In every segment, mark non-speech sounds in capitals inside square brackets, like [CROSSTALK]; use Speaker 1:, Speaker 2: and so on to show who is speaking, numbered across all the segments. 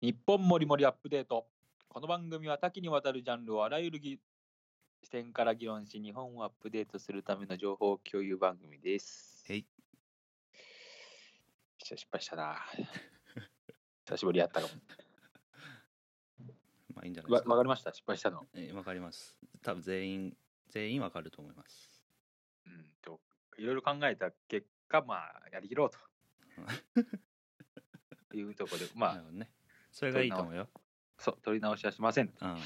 Speaker 1: 日本もりもりアップデート。この番組は多岐にわたるジャンルをあらゆるぎ視点から議論し、日本をアップデートするための情報共有番組です。
Speaker 2: えい。
Speaker 1: 失敗した [LAUGHS] な。久しぶりやったかも。
Speaker 2: まあいいんじゃないで
Speaker 1: わ
Speaker 2: すか。
Speaker 1: わかりました、失敗したの。
Speaker 2: えわかります。多分全員、全員わかると思います。
Speaker 1: うんと、いろいろ考えた結果、まあ、やりき [LAUGHS] ろうと。いうところで、
Speaker 2: なる
Speaker 1: まあ、
Speaker 2: ほどね。それがいいと思うよ。
Speaker 1: そう、取り直しはしません
Speaker 2: うん。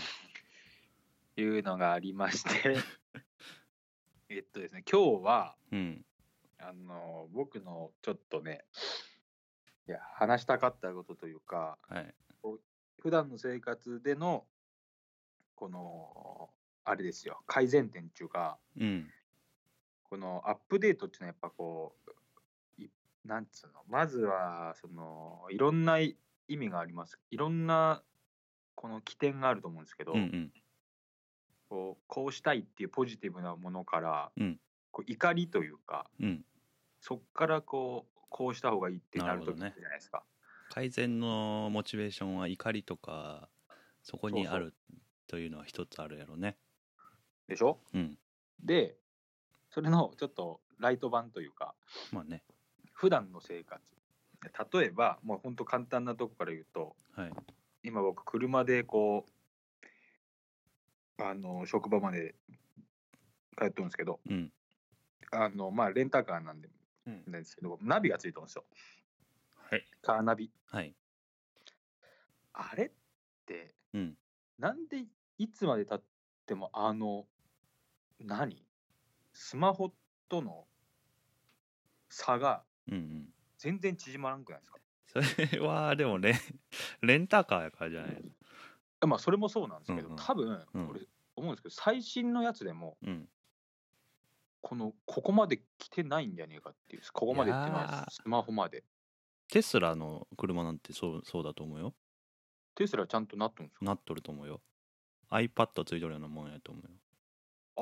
Speaker 1: というのがありま [LAUGHS] して、えっとですね、今日は、
Speaker 2: うん。
Speaker 1: あの僕のちょっとねいや話したかったことというか
Speaker 2: はい。
Speaker 1: 普段の生活でのこのあれですよ改善点っていうか
Speaker 2: うん。
Speaker 1: このアップデートっていうのはやっぱこういなんつうのまずはそのいろんな意味がありますいろんなこの起点があると思うんですけど、
Speaker 2: うんうん。
Speaker 1: こうこうしたいっていうポジティブなものから、
Speaker 2: うん
Speaker 1: こう怒りというか
Speaker 2: うん。
Speaker 1: そっからこうこうした方がいいってなるときじゃ
Speaker 2: な
Speaker 1: ない
Speaker 2: るほどね
Speaker 1: ですか。
Speaker 2: 改善のモチベーションは怒りとか、そこにあるというのは一つあるやろね。
Speaker 1: でしょ
Speaker 2: うん。
Speaker 1: でそれのちょっとライト版というか
Speaker 2: まあね。
Speaker 1: 普段の生活例えばもうほんと簡単なとこから言うと
Speaker 2: はい。
Speaker 1: 今僕車でこうあの職場まで通ってるんですけど
Speaker 2: うん。
Speaker 1: あのまあレンタカーなんで
Speaker 2: うん
Speaker 1: なんですけどナビがついてるんですよ
Speaker 2: はい。
Speaker 1: カーナビ
Speaker 2: はい。
Speaker 1: あれって、
Speaker 2: うん
Speaker 1: なんでいつまでたってもあの何スマホとの差が
Speaker 2: うんうん。
Speaker 1: 全然縮まらんくないですか
Speaker 2: そ [LAUGHS] れは、でもね、レンタカーやからじゃないの
Speaker 1: えまあそれもそうなんですけど、
Speaker 2: うんうん
Speaker 1: 多分
Speaker 2: うん
Speaker 1: 俺思うんですけど最新のやつでも
Speaker 2: うん。
Speaker 1: このここまで来てないんじゃねえかっていうここまでっていうの
Speaker 2: いや
Speaker 1: は
Speaker 2: ー
Speaker 1: スマホまで
Speaker 2: テスラの車なんてそうそうだと思うよ。
Speaker 1: テスラちゃんとなっとるんですか
Speaker 2: なっとると思うよ。iPad ついとるようなもんやと思うよ。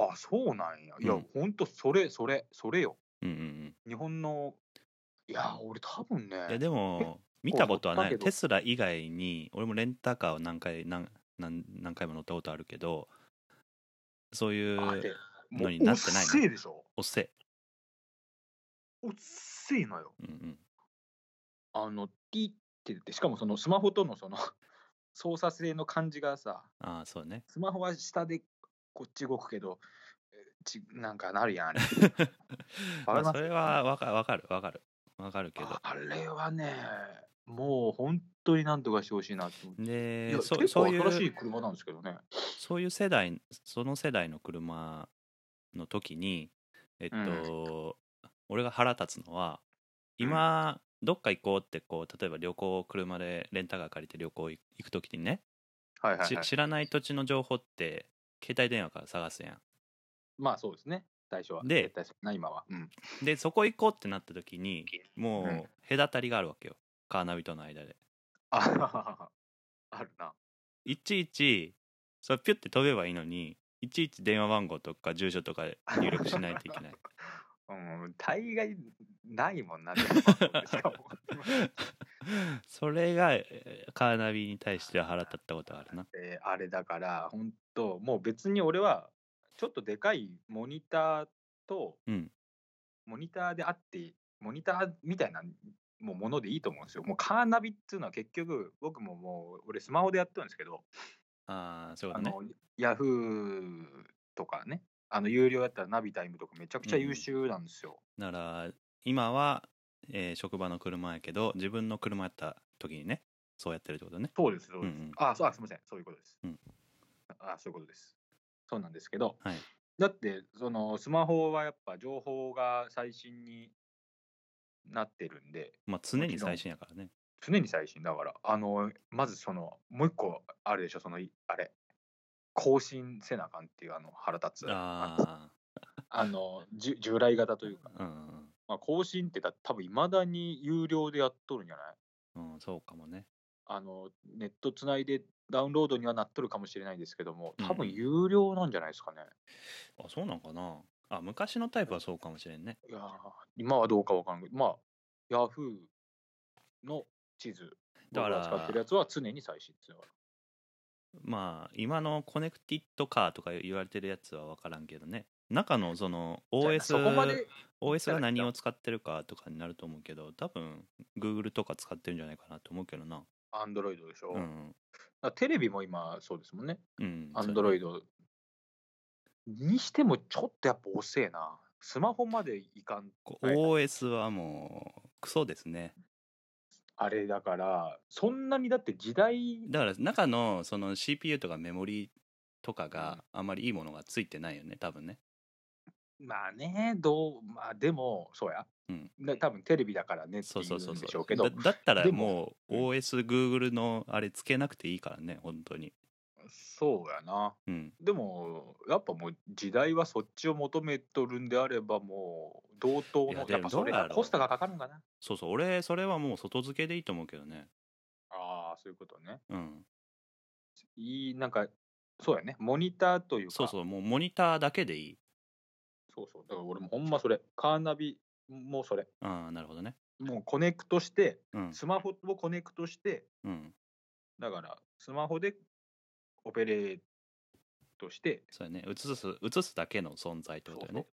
Speaker 1: ああそうなんやいや、
Speaker 2: うん
Speaker 1: ほんとそれそれそれよ
Speaker 2: うんうんうん。
Speaker 1: 日本のいやー俺多分ね
Speaker 2: いやでも見たことはな
Speaker 1: だけ
Speaker 2: い
Speaker 1: ど
Speaker 2: テスラ以外に俺もレンタカーを何回何何何回も乗ったことあるけどそうい
Speaker 1: あれ
Speaker 2: う
Speaker 1: も
Speaker 2: の
Speaker 1: う
Speaker 2: に
Speaker 1: お
Speaker 2: な
Speaker 1: っ
Speaker 2: ってないの
Speaker 1: せえでしょ
Speaker 2: おっせ
Speaker 1: おっせえのよ
Speaker 2: え、うん
Speaker 1: あのピーって言ってしかもそのスマホとのその [LAUGHS] 操作性の感じがさ
Speaker 2: うん、ああそうね
Speaker 1: スマホは下でこっち動くけどえちなんかなるやんあれ [LAUGHS]
Speaker 2: ま
Speaker 1: わかります
Speaker 2: あそれはわかわかるわかるわかるけど
Speaker 1: あれはねもう本当になんとかしてほしいなって思って、い
Speaker 2: で
Speaker 1: や
Speaker 2: そ
Speaker 1: 結
Speaker 2: そ
Speaker 1: 構
Speaker 2: うい
Speaker 1: 新しいう車なんですけどね
Speaker 2: そういう世代その世代の車の時にえっと、俺が腹立つのは今、どっか行こうってこう例えば旅行車でレンタカー借りて旅行行く時にね
Speaker 1: はいはい、
Speaker 2: ち
Speaker 1: はい、
Speaker 2: 知らない土地の情報って携帯電話から探すや
Speaker 1: まあそうですね最初は
Speaker 2: で
Speaker 1: 絶対そうな今はうん
Speaker 2: んでそこ行こうってなった時に
Speaker 1: う
Speaker 2: もう隔たりがあるわけよカーナビとの間で
Speaker 1: ああるない
Speaker 2: ちいちそれピュッて飛べばいいのにいちいち電話番号とか住所とか入力しないといけない
Speaker 1: [LAUGHS] うん大概ないもん [LAUGHS] なでもまあしかも
Speaker 2: それがえーカーナビに対しては腹立ったことがあるな
Speaker 1: えーあれだから本当もう別に俺はちょっとでかいモニターと、
Speaker 2: うん
Speaker 1: モニターであってモニターみたいなもうものでいいと思うんですよもうカーナビっていうのは結局僕ももう俺スマホでやってるんですけど、
Speaker 2: ああそういう
Speaker 1: あ
Speaker 2: ことね
Speaker 1: のヤフーとかねあの有料やったらナビタイムとかめちゃくちゃ優秀なんですよ、
Speaker 2: なら今は、えー職場の車やけど自分の車やった時にねそうやってるってことね
Speaker 1: そうですそうです、
Speaker 2: うんうん
Speaker 1: あそうあすみませんそういうことです、
Speaker 2: うん
Speaker 1: あそういうことですそうなんですけど、
Speaker 2: はい
Speaker 1: だってそのスマホはやっぱ情報が最新になってるんで
Speaker 2: まあ常
Speaker 1: も
Speaker 2: に
Speaker 1: ちろん
Speaker 2: 最新やからね
Speaker 1: 常に最新だからあのまずそのもう一個あるでしょそのいあれ更新せなあかんっていうあの腹立つの
Speaker 2: あ
Speaker 1: あのじゅ従来型というか、
Speaker 2: あうんうんうん
Speaker 1: まあ、更新ってだ多分いまだに有料でやっとるんじゃない
Speaker 2: うん、そうかもね。
Speaker 1: あのネットつないでダウンロードにはなっとるかもしれないですけども多
Speaker 2: う
Speaker 1: 分
Speaker 2: ん
Speaker 1: 有料なんじゃないですかね、
Speaker 2: あ、そうなんかな。あ、昔のタイプはそうかもしれんね。
Speaker 1: いやー今はどうかわからんけどまあヤフーの地図
Speaker 2: だから
Speaker 1: 僕が使ってるやつは常に最新ですよ。
Speaker 2: まあ今のコネクティッドカーとか言われてるやつは分からんけどね中のその
Speaker 1: そこま
Speaker 2: OS
Speaker 1: で
Speaker 2: OS が何を使ってるかとかになると思うけど多分 Google とか使ってるんじゃないかなと思うけどな
Speaker 1: Android でしょ。
Speaker 2: う
Speaker 1: だか
Speaker 2: ん
Speaker 1: らテレビも今そうですもんね。
Speaker 2: うんそう
Speaker 1: Android。にしてもちょっとやっぱ遅えな。スマホまでいかん。
Speaker 2: こ
Speaker 1: はい
Speaker 2: OS はもうクソですね
Speaker 1: あれだから、そんなにだって時代、
Speaker 2: だから中のその CPU とかメモリとかがあんまりいいものがついてないよね多分ね
Speaker 1: まあね、どう、まあでも、そうや。
Speaker 2: うん
Speaker 1: だ多分テレビだからねって
Speaker 2: そ
Speaker 1: いう
Speaker 2: そうそうん
Speaker 1: でしょ
Speaker 2: そうう
Speaker 1: けど
Speaker 2: だ、だったら
Speaker 1: で
Speaker 2: も
Speaker 1: も
Speaker 2: う OSGoogle のあれつけなくていいからね本当に
Speaker 1: そうやな。
Speaker 2: うん
Speaker 1: でも、やっぱもう時代はそっちを求めとるんであれば、もう同等
Speaker 2: いや
Speaker 1: の、
Speaker 2: で
Speaker 1: や
Speaker 2: も
Speaker 1: っぱそれ
Speaker 2: どうや
Speaker 1: が
Speaker 2: ろう
Speaker 1: コストがかかるんかな。
Speaker 2: そうそう俺それはもう外付けでいいと思うけどね
Speaker 1: ああ、そういうことね。
Speaker 2: うん
Speaker 1: いい、なんか、そうやね。モニターというか、
Speaker 2: そうそうもうモニターだけでいい
Speaker 1: そうそう。だから俺もほんまそれ、カーナビもそれ、
Speaker 2: ああなるほどね
Speaker 1: もうコネクトして、
Speaker 2: うん
Speaker 1: スマホをコネクトして、
Speaker 2: うん
Speaker 1: だからスマホでオペレートして、
Speaker 2: そうやね映す映すだけの存在ってことよね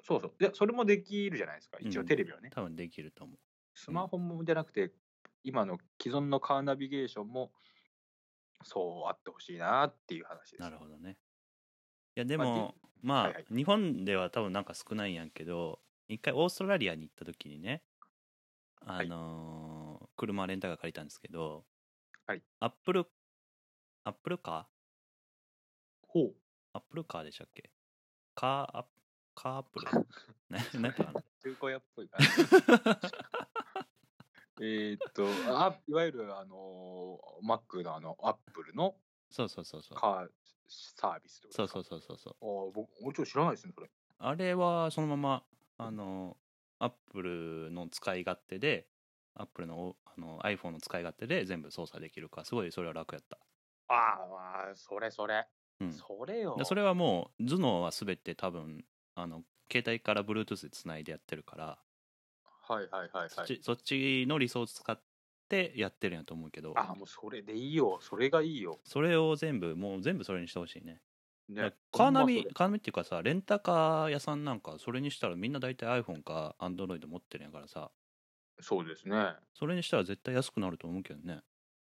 Speaker 1: そうそう。いや、それもできるじゃないですか。一
Speaker 2: う
Speaker 1: 応
Speaker 2: ん
Speaker 1: テレビはね。
Speaker 2: 多分できると思う
Speaker 1: スマホもじゃなくて、今の既存のカーナビゲーションも、そうあってほしいなっていう話です。
Speaker 2: なるほどねいやで
Speaker 1: まあ
Speaker 2: もまあ、
Speaker 1: はいはい
Speaker 2: 日本では多分なんか少ないんやけど一回オーストラリアに行った時にねあ
Speaker 1: い
Speaker 2: のー車レンタカー借りたんですけど、
Speaker 1: はい
Speaker 2: アップルアップルカー
Speaker 1: ほう。
Speaker 2: アップルカーでしたっけカーアップカーアッ
Speaker 1: [LAUGHS]
Speaker 2: プルななんていうの
Speaker 1: 中古屋っぽい感じ。
Speaker 2: [LAUGHS]
Speaker 1: えーっとあ、いわゆるあのー、Mac のあの、Apple の
Speaker 2: そうそうそうそう
Speaker 1: カーサービスってこと
Speaker 2: そう
Speaker 1: ですか
Speaker 2: そうそうそうそう
Speaker 1: あー僕、もちろん知らないですね、それ。
Speaker 2: あれはそのままあのアップルの使い勝手でアップルのおあの iPhone の使い勝手で全部操作できるからすごいそれは楽やった、
Speaker 1: あーあー、それそれ。
Speaker 2: うん、
Speaker 1: それよ
Speaker 2: で。それはもう頭脳は全て多分あの携帯から Bluetooth でつないでやってるから、
Speaker 1: はいはいはい
Speaker 2: そ
Speaker 1: は
Speaker 2: っ
Speaker 1: い。
Speaker 2: ちそっちのリソース使ってやってるんやと思うけど
Speaker 1: あーもうそれでいいよ。それがいいよ。
Speaker 2: それを全部もう全部それにしてほしいね
Speaker 1: ね
Speaker 2: だから、カーナ
Speaker 1: ほん
Speaker 2: ビ
Speaker 1: まそれ
Speaker 2: カーナビっていうかさレンタカー屋さんなんかそれにしたらみんな大体 iPhone か Android 持ってるんやからさ
Speaker 1: そうですね。
Speaker 2: それにしたら絶対安くなると思うけどね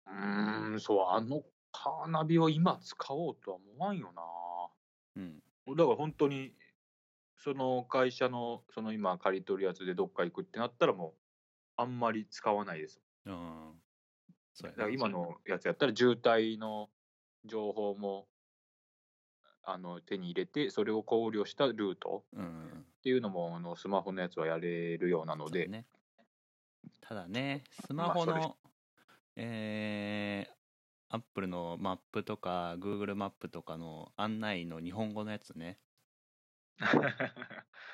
Speaker 1: うーん、そう、あのカーナビを今使おうとは思わんよな。
Speaker 2: うん
Speaker 1: だから本当に、その会社の、その今借り取るやつでどっか行くってなったらもう、あんまり使わないです。
Speaker 2: うんそう
Speaker 1: だか
Speaker 2: やな
Speaker 1: ら今のやつやったら渋滞の情報も、あの手に入れて、それを考慮したルート
Speaker 2: うんうん
Speaker 1: っていうのも、あのスマホのやつはやれるようなの
Speaker 2: そう
Speaker 1: で、
Speaker 2: ね、ただねスマホの、
Speaker 1: まあそ
Speaker 2: えー、アップルのマップとか Google マップとかの案内の日本語のやつね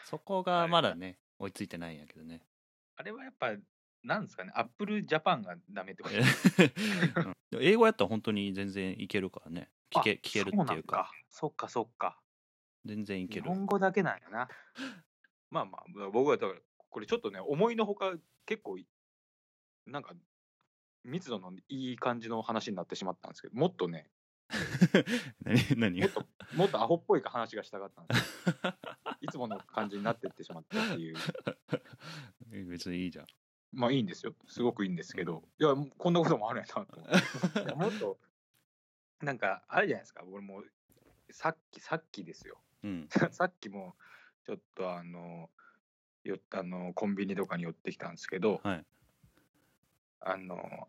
Speaker 2: そこがまだね追いついてないんやけ
Speaker 1: [LAUGHS]
Speaker 2: どね
Speaker 1: あれはやっぱ、なんですかね、アップルジャパンがダメってこと
Speaker 2: うんでも英語やったら本当に全然いけるからね聞け
Speaker 1: あ
Speaker 2: 聞ける
Speaker 1: そ
Speaker 2: っ
Speaker 1: な
Speaker 2: て
Speaker 1: い
Speaker 2: うんか
Speaker 1: か。そっかそっか。
Speaker 2: 全然いけ
Speaker 1: 日
Speaker 2: る
Speaker 1: 本語だけなんやな。 [LAUGHS] まあまあ、僕はだから、これちょっとね、思いのほか結構い、なんか、密度のいい感じの話になってしまったんですけど、もっとね、
Speaker 2: 何 [LAUGHS] 何
Speaker 1: も
Speaker 2: が
Speaker 1: っと、 [LAUGHS] もっとアホっぽい話がしたかったんです [LAUGHS] けどいつもの感じになってってしまったっていう。
Speaker 2: え [LAUGHS] 別にいいじゃん
Speaker 1: まあいいんですよ。すごくいいんですけど、いや、もうこんなこともあるんやなと思って。いやもっと、なんか、あれじゃないですか、俺もう、さっき、さっきですよ。
Speaker 2: うん
Speaker 1: [LAUGHS] さっきも、ちょっとあの、よあのコンビニとかに寄ってきたんですけど、
Speaker 2: はい
Speaker 1: あの、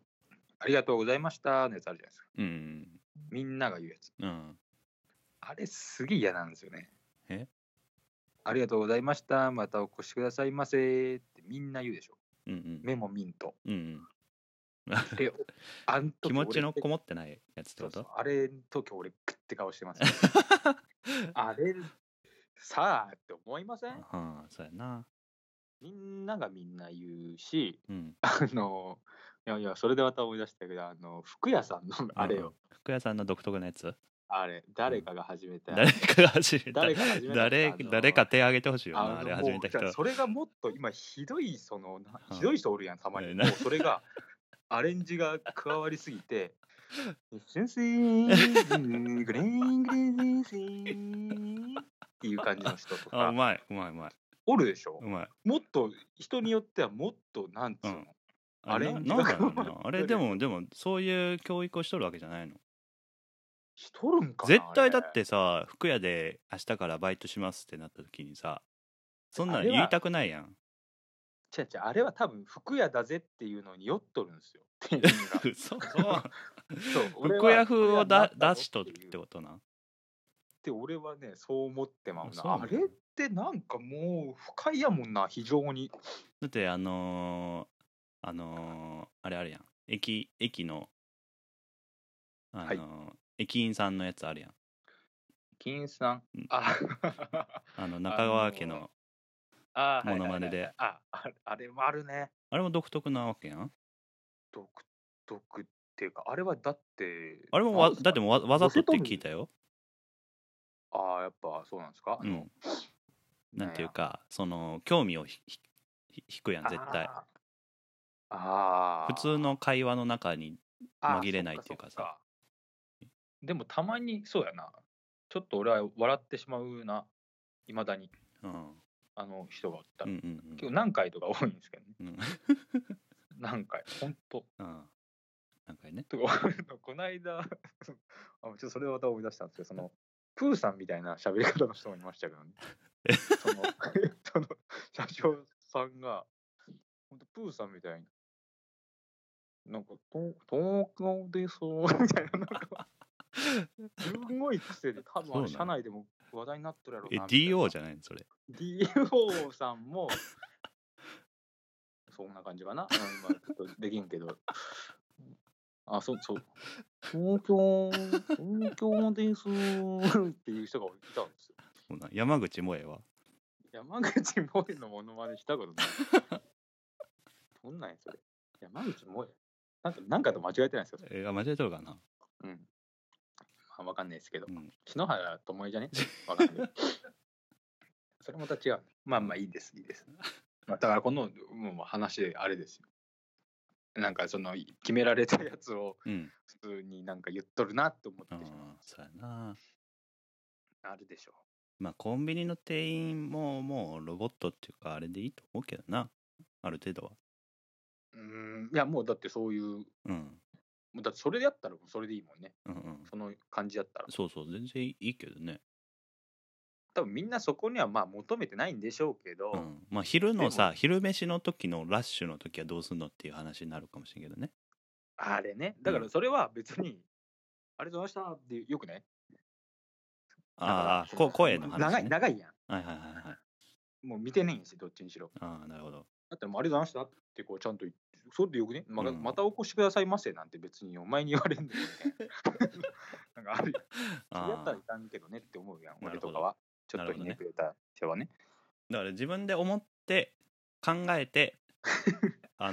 Speaker 1: ありがとうございましたのやつあるじゃないですか。
Speaker 2: うん
Speaker 1: みんなが言うやつ。
Speaker 2: うん
Speaker 1: あれ、すげえ嫌なんですよね。
Speaker 2: え
Speaker 1: ありがとうございました。またお越しくださいませ。ってみんな言うでしょ。
Speaker 2: うんうん
Speaker 1: メモミン
Speaker 2: [LAUGHS]
Speaker 1: ト。
Speaker 2: うんうん
Speaker 1: [LAUGHS] で、あん時
Speaker 2: 気持ちの
Speaker 1: 俺
Speaker 2: こもってないやつって
Speaker 1: そ
Speaker 2: こ
Speaker 1: うそう
Speaker 2: と
Speaker 1: あれの時俺クッて顔して
Speaker 2: [LAUGHS]
Speaker 1: ますよあれさあって思いません
Speaker 2: うんそうやな
Speaker 1: みんながみんな言うし
Speaker 2: うん
Speaker 1: あのいやいやそれでまた思い出したけどあの服屋さんの [LAUGHS] あれよ、
Speaker 2: うん服屋さんの独特のやつ
Speaker 1: あれ誰かが始めた、
Speaker 2: 誰かが始めた
Speaker 1: 誰かが始めた
Speaker 2: 誰
Speaker 1: あの
Speaker 2: 誰か手挙げてほしいよ
Speaker 1: あ
Speaker 2: な
Speaker 1: の
Speaker 2: あれ
Speaker 1: も
Speaker 2: 始
Speaker 1: う
Speaker 2: めた人
Speaker 1: それがもっと今ひどいそのな
Speaker 2: うん
Speaker 1: ひどい人おるやんたまに、
Speaker 2: うん
Speaker 1: もうそれがアレンジが加わりすぎ
Speaker 2: [LAUGHS]
Speaker 1: て「シュンシーグレーングレーンシー」っていう感じの人と
Speaker 2: あう
Speaker 1: か
Speaker 2: まいうまいうまい
Speaker 1: おるでしょ
Speaker 2: うまい
Speaker 1: もっと人によってはもっとなんつうの、
Speaker 2: うんあ
Speaker 1: ア
Speaker 2: れ
Speaker 1: レ
Speaker 2: な
Speaker 1: ンジ
Speaker 2: な
Speaker 1: が
Speaker 2: んだろう
Speaker 1: 変 [LAUGHS] わ
Speaker 2: なあれ
Speaker 1: って
Speaker 2: で
Speaker 1: る
Speaker 2: もでもそういう教育をしとるわけじゃないの
Speaker 1: しとるんかな
Speaker 2: 絶
Speaker 1: あ
Speaker 2: 対
Speaker 1: れ
Speaker 2: だってさ服屋で明日からバイトしますってなった時にさそんな
Speaker 1: あ
Speaker 2: ん
Speaker 1: れは
Speaker 2: 言いたくないやん
Speaker 1: 違う違うあれは多分服屋だぜっていうのに酔っとるんですよ [LAUGHS] 店員が
Speaker 2: [LAUGHS]
Speaker 1: [LAUGHS]
Speaker 2: 嘘そう
Speaker 1: そう俺は
Speaker 2: [LAUGHS] 服屋風をだ
Speaker 1: 服屋になったぞ
Speaker 2: 出しとるってことな
Speaker 1: って俺はねそう思ってまう
Speaker 2: あ
Speaker 1: な
Speaker 2: そうなん
Speaker 1: あ
Speaker 2: だ
Speaker 1: れってなんかもう不快やもんな非常に
Speaker 2: だってあのーあのーあれあるやん駅駅のあのー
Speaker 1: はい
Speaker 2: 駅員さんのやつあるやん
Speaker 1: 金さん
Speaker 2: うん
Speaker 1: あ [LAUGHS]
Speaker 2: あの中川家の、
Speaker 1: あのあ
Speaker 2: モノマネで
Speaker 1: はいはいはいはいあああれもあるね
Speaker 2: あれも独特なわけやん
Speaker 1: 独特っていうかあれはだって
Speaker 2: あれも
Speaker 1: な
Speaker 2: わ
Speaker 1: んです
Speaker 2: だ
Speaker 1: か
Speaker 2: ってもわわざとって聞いたよ、
Speaker 1: ああやっぱそうなんですかあ
Speaker 2: う
Speaker 1: の
Speaker 2: ん、なんていうかその興味をひひひ引くやん絶対
Speaker 1: あーあー
Speaker 2: 普通の会話の中に
Speaker 1: あー
Speaker 2: 紛れないって
Speaker 1: そ
Speaker 2: いうか
Speaker 1: っ
Speaker 2: さ
Speaker 1: そっでもたまにそうやなちょっと俺は笑ってしまうないまだに
Speaker 2: うん
Speaker 1: あの人がおった
Speaker 2: う
Speaker 1: ら、
Speaker 2: んうん
Speaker 1: 結構何回とか多いんですけどね
Speaker 2: [LAUGHS] うんうん
Speaker 1: 何回ほんと
Speaker 2: うんなんかね
Speaker 1: とか俺のこの間 [LAUGHS] あちょっとそれをまた思い出したんですけどそのプーさんみたいな喋り方の人もいましたけ
Speaker 2: [LAUGHS]
Speaker 1: どねその [LAUGHS] その社長さんが本当プーさんみたいになんか「と東京です」みたいななん
Speaker 2: [LAUGHS]
Speaker 1: かすごい癖で多分あれ
Speaker 2: そう
Speaker 1: 社
Speaker 2: なの
Speaker 1: 内でも話題になってるやろう
Speaker 2: え
Speaker 1: なみたいな
Speaker 2: DO じゃないのそれ
Speaker 1: DO さんもそんな感じかなうん今ちょっとできんけどあそうそう東京東京ですっていう人がいたんですよ
Speaker 2: そうなん山口萌えは
Speaker 1: 山口萌えのモノマネしたことないそんなんやそれ山口萌えなんかなんかと間違えてないですよ、
Speaker 2: えーあ間違えとるかな
Speaker 1: うんまあ、わかんないですけど、
Speaker 2: うん
Speaker 1: 篠原ともえじゃ [LAUGHS] ねわかんない。それまた違う。まあまあいいです、いいです。まあ、だからこのもう話、あれですよ。なんかその決められたやつを
Speaker 2: うん
Speaker 1: 普通になんか言っとるなって思っ
Speaker 2: あ
Speaker 1: て
Speaker 2: ー
Speaker 1: しまう。
Speaker 2: そうやな
Speaker 1: あるでしょ
Speaker 2: まあコンビニの店員ももうロボットっていうかあれでいいと思うけどなある程度は
Speaker 1: う。うーん、いやもうだってそういう、も
Speaker 2: うん
Speaker 1: うだってそれやったらもうそれでいいもんね。
Speaker 2: うんうん
Speaker 1: その感じやったら。
Speaker 2: そうそう全然いいけどね、
Speaker 1: 多分みんなそこにはまあ求めてないんでしょうけど、
Speaker 2: うん、まあ昼のさ昼飯の時のラッシュの時はどうすんのっていう話になるかもしれんけどね
Speaker 1: あれね。だからそれは別に、ありがとうございましたってよくね。
Speaker 2: ああこ声の話、ね、
Speaker 1: 長い、長いや
Speaker 2: はいはいはいはい
Speaker 1: ん。もう見てねえんし、どっちにしろ。
Speaker 2: ああなるほど
Speaker 1: だってもうありがとうございましたってこうちゃんと言って、それでよくね、また
Speaker 2: うん
Speaker 1: またお越しくださいませなんて別にお前に言われんでも
Speaker 2: [LAUGHS]
Speaker 1: ねなんかある
Speaker 2: あ
Speaker 1: やん。やった
Speaker 2: あ
Speaker 1: らいかんけどねって思うやん、
Speaker 2: な
Speaker 1: 俺
Speaker 2: る
Speaker 1: と
Speaker 2: ほど
Speaker 1: かは。ちょっと
Speaker 2: なる
Speaker 1: ひ
Speaker 2: ほど
Speaker 1: ね
Speaker 2: ね
Speaker 1: くれた人はね。
Speaker 2: だから自分で思って考えて あ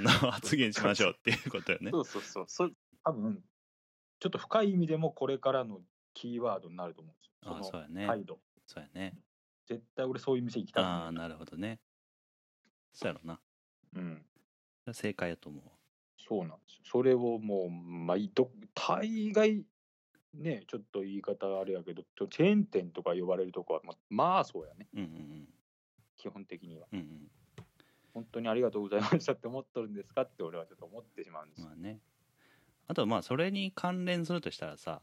Speaker 1: [LAUGHS]
Speaker 2: の発言しましょうっていうことよね
Speaker 1: そうそうそう。そ多分ちょっと深い意味でもこれからのキーワードになると思うん
Speaker 2: あ
Speaker 1: で
Speaker 2: あ
Speaker 1: すよ。
Speaker 2: そうや
Speaker 1: の
Speaker 2: ね、
Speaker 1: 態度。
Speaker 2: そうやね
Speaker 1: 絶対俺そういう店行きたく
Speaker 2: ああ
Speaker 1: な
Speaker 2: なるほどねそうやろな
Speaker 1: る。うん。
Speaker 2: 正解やと思う
Speaker 1: そうなんですよ。それをもう、毎度、大概、ね、ちょっと言い方あれやけど、ちょチェーン店とか呼ばれるとこは、ままあそうやね、
Speaker 2: うんうん
Speaker 1: 基本的には。
Speaker 2: うんうん
Speaker 1: 本当にありがとうございましたって思っとるんですかって俺はちょっと思ってしまうんで
Speaker 2: う
Speaker 1: す。
Speaker 2: んまあねあとまあそれに関連するとしたらさ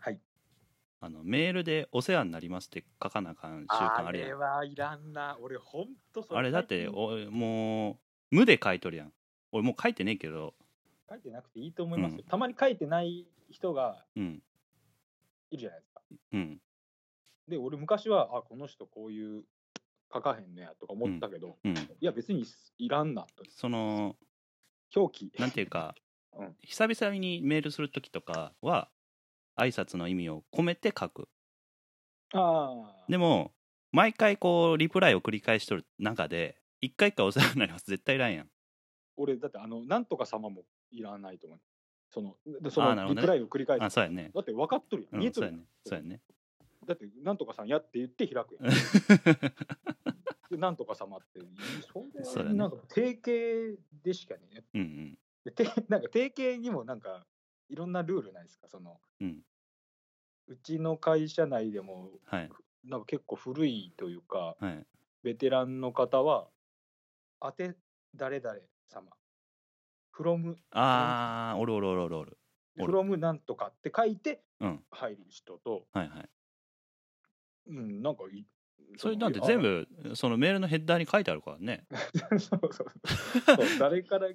Speaker 1: はい
Speaker 2: あのメールで「お世話になります」って書かなあかん習慣あ
Speaker 1: あ
Speaker 2: る
Speaker 1: れ
Speaker 2: やん
Speaker 1: はいらんな。俺、ほんとそ
Speaker 2: あれだって
Speaker 1: 最近
Speaker 2: おもう無で書いとるやん俺もう書いてねえけど
Speaker 1: 書いてなくていいと思いますよ。
Speaker 2: うん
Speaker 1: たまに書いてない人が
Speaker 2: うん
Speaker 1: いるじゃないですか。
Speaker 2: うん
Speaker 1: で、俺、昔は、あ、この人こういう書かへんねやとか思ったけど、
Speaker 2: うん
Speaker 1: いや、別にいらんなと。
Speaker 2: その
Speaker 1: 表記。
Speaker 2: なんていうか、
Speaker 1: うん
Speaker 2: 久々にメールする時とかは挨拶の意味を込めて書く
Speaker 1: ああ。
Speaker 2: でも毎回こうリプライを繰り返しとる中で一回一回お世話になります絶対いらんやん
Speaker 1: 俺だってあのなんとか様もいらないと思うそのでそ
Speaker 2: あーな
Speaker 1: のリ
Speaker 2: るほどね
Speaker 1: プライを繰り返す、
Speaker 2: あそうやね、
Speaker 1: だって分かっとるやん、
Speaker 2: う
Speaker 1: 見え
Speaker 2: ん、
Speaker 1: と
Speaker 2: そう
Speaker 1: るや
Speaker 2: や
Speaker 1: ん
Speaker 2: ねそうやね
Speaker 1: だってなんとかさんやって言って開くやん [LAUGHS] でなんとか様ってそ
Speaker 2: そう
Speaker 1: れ
Speaker 2: だね
Speaker 1: なんか定型でしかね
Speaker 2: うんうん
Speaker 1: でて [LAUGHS] なんか提携にもなんかいろんなルールないですかその、
Speaker 2: うん
Speaker 1: うちの会社内でも
Speaker 2: はい
Speaker 1: なんか結構古いというか
Speaker 2: はい
Speaker 1: ベテランの方は「当て誰々様」フロム
Speaker 2: あーおるおるおるおるおる
Speaker 1: 「
Speaker 2: 俺
Speaker 1: フロムなんとか」って書いて
Speaker 2: うん
Speaker 1: 入る人と、
Speaker 2: はいはい
Speaker 1: うん、なんかい
Speaker 2: それ
Speaker 1: の
Speaker 2: なんて全部そのメールのヘッダーに書いてあるからね
Speaker 1: [LAUGHS] そうそうそうそう誰から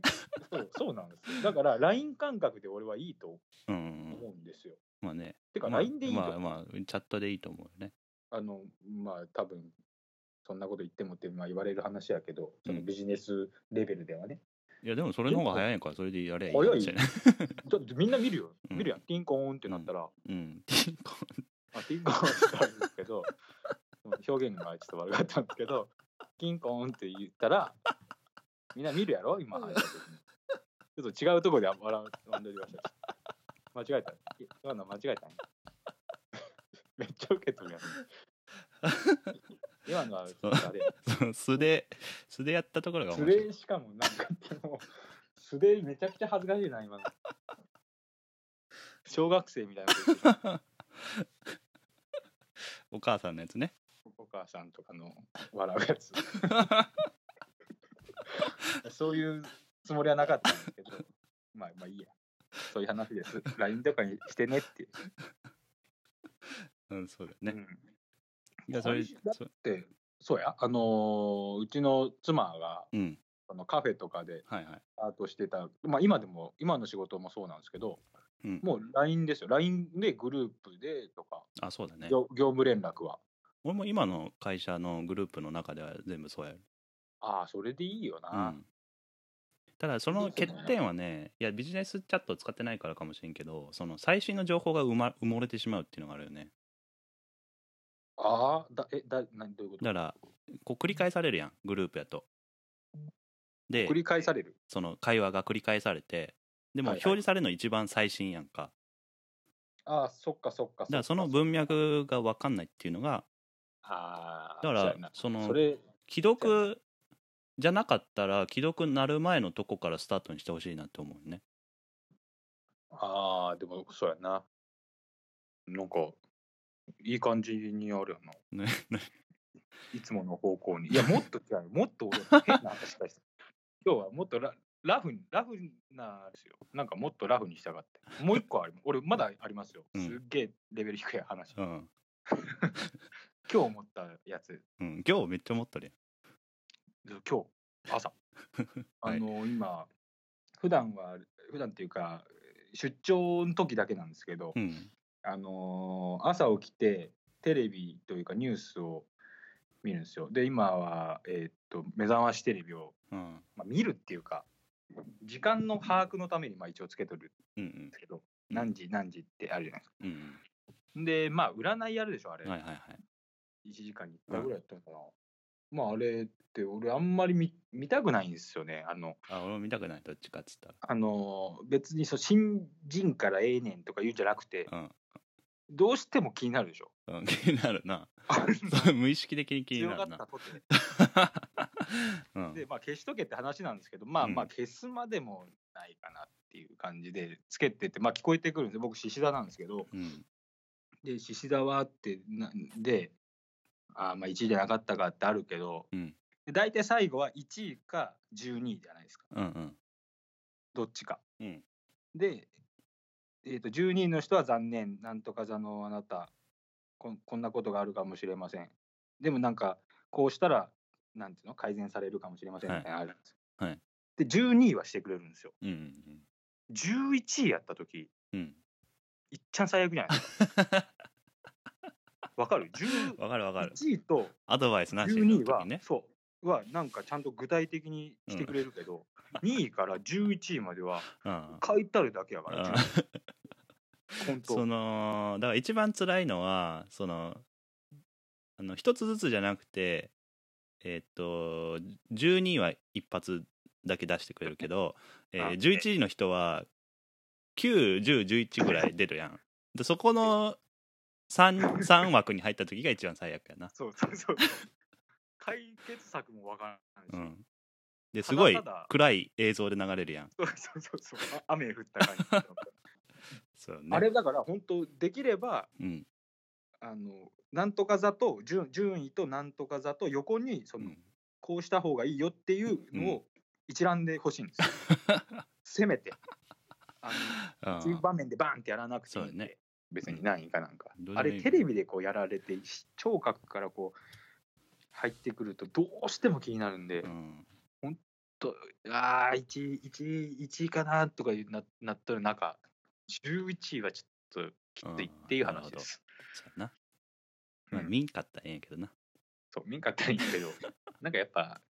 Speaker 1: そうそうなんですよだから LINE 感覚で俺はいいと
Speaker 2: うんうんうん
Speaker 1: 思うんですよ
Speaker 2: まあね
Speaker 1: てか
Speaker 2: まあ
Speaker 1: LINE でいいと
Speaker 2: まあ
Speaker 1: 思う、
Speaker 2: まあチャットでいいと思うよね
Speaker 1: あのまあ多分そんなこと言ってもって、まあ、言われる話やけどその
Speaker 2: うん
Speaker 1: ビジネスレベルではね、
Speaker 2: いやでもそれの方が早いからそれでやれば
Speaker 1: 早
Speaker 2: かも
Speaker 1: い
Speaker 2: しれない
Speaker 1: だってみんな見るよ
Speaker 2: うん
Speaker 1: 見るやん、ティンコーンってなったら、
Speaker 2: うん
Speaker 1: あティンコーンってなるんですけど [LAUGHS] 表現がちょっと悪かったんですけどティンコーンって言ったらみんな見るやろ今話した時にちょっと違うところで笑わんでおりました間違えた今の間違えたねめっちゃウケとるやん今のはちょっとあれ
Speaker 2: その [LAUGHS] 素で素でやったところが
Speaker 1: 素
Speaker 2: 面白い
Speaker 1: でしかもなんかもう素でめちゃくちゃ恥ずかしいな今の小学生みたいなこと言ってる
Speaker 2: お母さんのやつね
Speaker 1: お母さんとかの笑うや
Speaker 2: [LAUGHS]
Speaker 1: つそういうつもりはなかったんですけどまあまあいいやそういう話です LINE とかにしてねって、
Speaker 2: うんそうだ
Speaker 1: う
Speaker 2: ね
Speaker 1: ん、
Speaker 2: いやそれ
Speaker 1: 最初だっ
Speaker 2: そ
Speaker 1: てそうやあのーうちの妻が
Speaker 2: うん
Speaker 1: そのカフェとかで
Speaker 2: はいはい
Speaker 1: アートしてた、まあ、今でも今の仕事もそうなんですけど
Speaker 2: うん
Speaker 1: もう LINE ですよ。LINE でグループでとか、
Speaker 2: あそうだね
Speaker 1: 業業務連絡は。
Speaker 2: 俺も今の会社のグループの中では全部そうやる
Speaker 1: ああ、それでいいよ
Speaker 2: う
Speaker 1: な。
Speaker 2: んただその
Speaker 1: いいです
Speaker 2: 欠
Speaker 1: ね
Speaker 2: 点はねいやビジネスチャットを使ってないからかもしれんけどその最新の情報が埋,、ま、埋もれてしまうっていうのがあるよね
Speaker 1: ああ、だえだ何どういうこと
Speaker 2: だからこう繰り返されるやんグループやとで
Speaker 1: 繰り返される。
Speaker 2: その会話が繰り返されてでも
Speaker 1: はいはい
Speaker 2: 表示されるの一番最新やんか、
Speaker 1: ああ、そっかそっかっか。
Speaker 2: だからその文脈が分かんないっていうのが
Speaker 1: ああ、
Speaker 2: だから
Speaker 1: うやな
Speaker 2: その
Speaker 1: それ、
Speaker 2: 既読じゃなかったら既読なる前のとこからスタートにしてほしいなって思うよね
Speaker 1: ああ、でもそうやな。なんか、いい感じにあるよな。
Speaker 2: ね [LAUGHS] ね
Speaker 1: いつもの方向に。い
Speaker 2: [LAUGHS]
Speaker 1: や、もっと違うよ。もっと俺変な話したいです。今日はもっとララフに、ラフなですよ。なんかもっとラフにしたがって。もう一個あります。俺まだありますよ。
Speaker 2: うん
Speaker 1: すっげえレベル低い話。
Speaker 2: う
Speaker 1: 今
Speaker 2: ん、
Speaker 1: 日思ったやつ。
Speaker 2: うん、今日めっちゃ思ったり
Speaker 1: 今日、朝。
Speaker 2: [LAUGHS] は
Speaker 1: あ
Speaker 2: い
Speaker 1: の、今、普段は、普段っていうか、出張の時だけなんですけど、
Speaker 2: やんうん
Speaker 1: あのー朝起きてテレビというかニュースを見るんですよ。で今は、えーっと目覚ましテレビを、
Speaker 2: うん
Speaker 1: まあ、見るっていうか時間の把握のためにまあ一応つけとるんで
Speaker 2: うんうん
Speaker 1: すけど何時何時ってあるじゃないですか。
Speaker 2: うん
Speaker 1: でまあ占いやるでしょあれ、
Speaker 2: うんはいはいはい
Speaker 1: 1時間に1回ぐらいやったのかな。まああれって俺あんまり見見たくないんですよね。あの
Speaker 2: あ俺も見たくないどっちかっつったら
Speaker 1: あのー別にそう新人からええねんとか言うんじゃなくて
Speaker 2: うん
Speaker 1: どうしても気になるでしょ。
Speaker 2: うん、気になるな [LAUGHS]
Speaker 1: あれ
Speaker 2: そう無意識的 [LAUGHS] に気に
Speaker 1: 強
Speaker 2: な
Speaker 1: かっ
Speaker 2: るな
Speaker 1: た、とて
Speaker 2: [LAUGHS] うん、
Speaker 1: で、まあ、消しとけって話なんですけど、まあ
Speaker 2: うん
Speaker 1: まあ消すまでもないかなっていう感じで、つけてて、まあ聞こえてくるんですよ僕、獅子座なんですけど、
Speaker 2: うん
Speaker 1: で、獅子座はってなんで、あーまあ1位じゃなかったかってあるけど、
Speaker 2: うん
Speaker 1: で大体最後は1位か12位じゃないですか、
Speaker 2: うんうん
Speaker 1: どっちか。
Speaker 2: うん
Speaker 1: で、えー、と12位の人は残念、なんとか座のあなたこん、こんなことがあるかもしれません。でもなんか、こうしたら、なんていうの、改善されるかもしれませんみたいなのあるんですよ。
Speaker 2: はい
Speaker 1: で、12位はしてくれるんですよ。
Speaker 2: うんうん
Speaker 1: 11位やったとき、
Speaker 2: うんうん
Speaker 1: いっちゃん最悪じゃないです
Speaker 2: [LAUGHS]
Speaker 1: か。わかる
Speaker 2: わかるわかる
Speaker 1: ?11 位と
Speaker 2: アドバイスなしの
Speaker 1: 12位は、
Speaker 2: 時ね
Speaker 1: そう、はなんかちゃんと具体的にしてくれるけど、2位から11位までは
Speaker 2: うん
Speaker 1: 書いてあるだけやから、
Speaker 2: あ
Speaker 1: 10本当。
Speaker 2: そのだから一番辛いのはそのあの一つずつじゃなくてえーっと12位は一発だけ出してくれるけど、え
Speaker 1: あ
Speaker 2: ー、11位の人は91011ぐらい出るやんでそこの 3, 三枠に入った時が一番最悪やな
Speaker 1: そうそうそう。解決策もわからないし、
Speaker 2: うんですごい
Speaker 1: ただただ
Speaker 2: 暗い映像で流れるやん
Speaker 1: そうそうそうそうあ雨降った感じ、
Speaker 2: そう [LAUGHS] よね
Speaker 1: あれだから本当できれば
Speaker 2: うん
Speaker 1: あのなんとか座と順順位となんとか座と横にそうの、
Speaker 2: ん
Speaker 1: こうした方がいいよっていうのを一覧で欲しいん
Speaker 2: [LAUGHS]
Speaker 1: ですよ、せめてあ
Speaker 2: あ
Speaker 1: の
Speaker 2: ー
Speaker 1: そういう場面でバーンってやらなくていいんで
Speaker 2: そうだよね
Speaker 1: 別に何位かなんか、
Speaker 2: うんどうで
Speaker 1: あ
Speaker 2: もいい
Speaker 1: れ
Speaker 2: よ
Speaker 1: テレビでこうやられて聴覚からこう入ってくるとどうしても気になるんで、
Speaker 2: うん
Speaker 1: とああ1位1位1位かなとかいうななっとる中11位はちょっときついっていう話です。
Speaker 2: そうやなまあ
Speaker 1: うん
Speaker 2: 見んかったらええんやけどな
Speaker 1: そう見んかったらいいんだ
Speaker 2: [LAUGHS]
Speaker 1: けどなんかやっぱ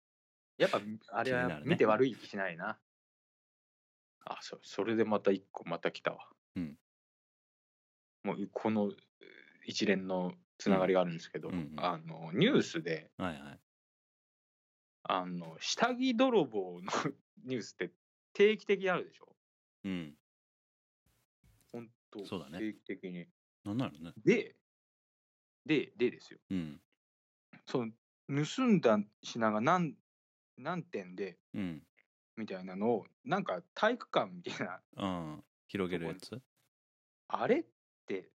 Speaker 1: やっぱあれ
Speaker 2: 気にな
Speaker 1: は
Speaker 2: るね
Speaker 1: 見て悪い気しないな。あそそれでまた1個また来たわ。
Speaker 2: うん
Speaker 1: もうこのえー一連のつながりがあるんですけど、
Speaker 2: うんうんうん
Speaker 1: あのニュースで
Speaker 2: はいはい
Speaker 1: あの下着泥棒の [LAUGHS] ニュースって定期的にあるでしょ
Speaker 2: うん
Speaker 1: 本当
Speaker 2: そうだね
Speaker 1: 定期的に。
Speaker 2: なんなのね
Speaker 1: で、で、でですよ。
Speaker 2: うん
Speaker 1: その盗んだ品が何何点で
Speaker 2: うん
Speaker 1: みたいなのを、なんか体育館みたいな、
Speaker 2: うん広げるやつ
Speaker 1: あれって、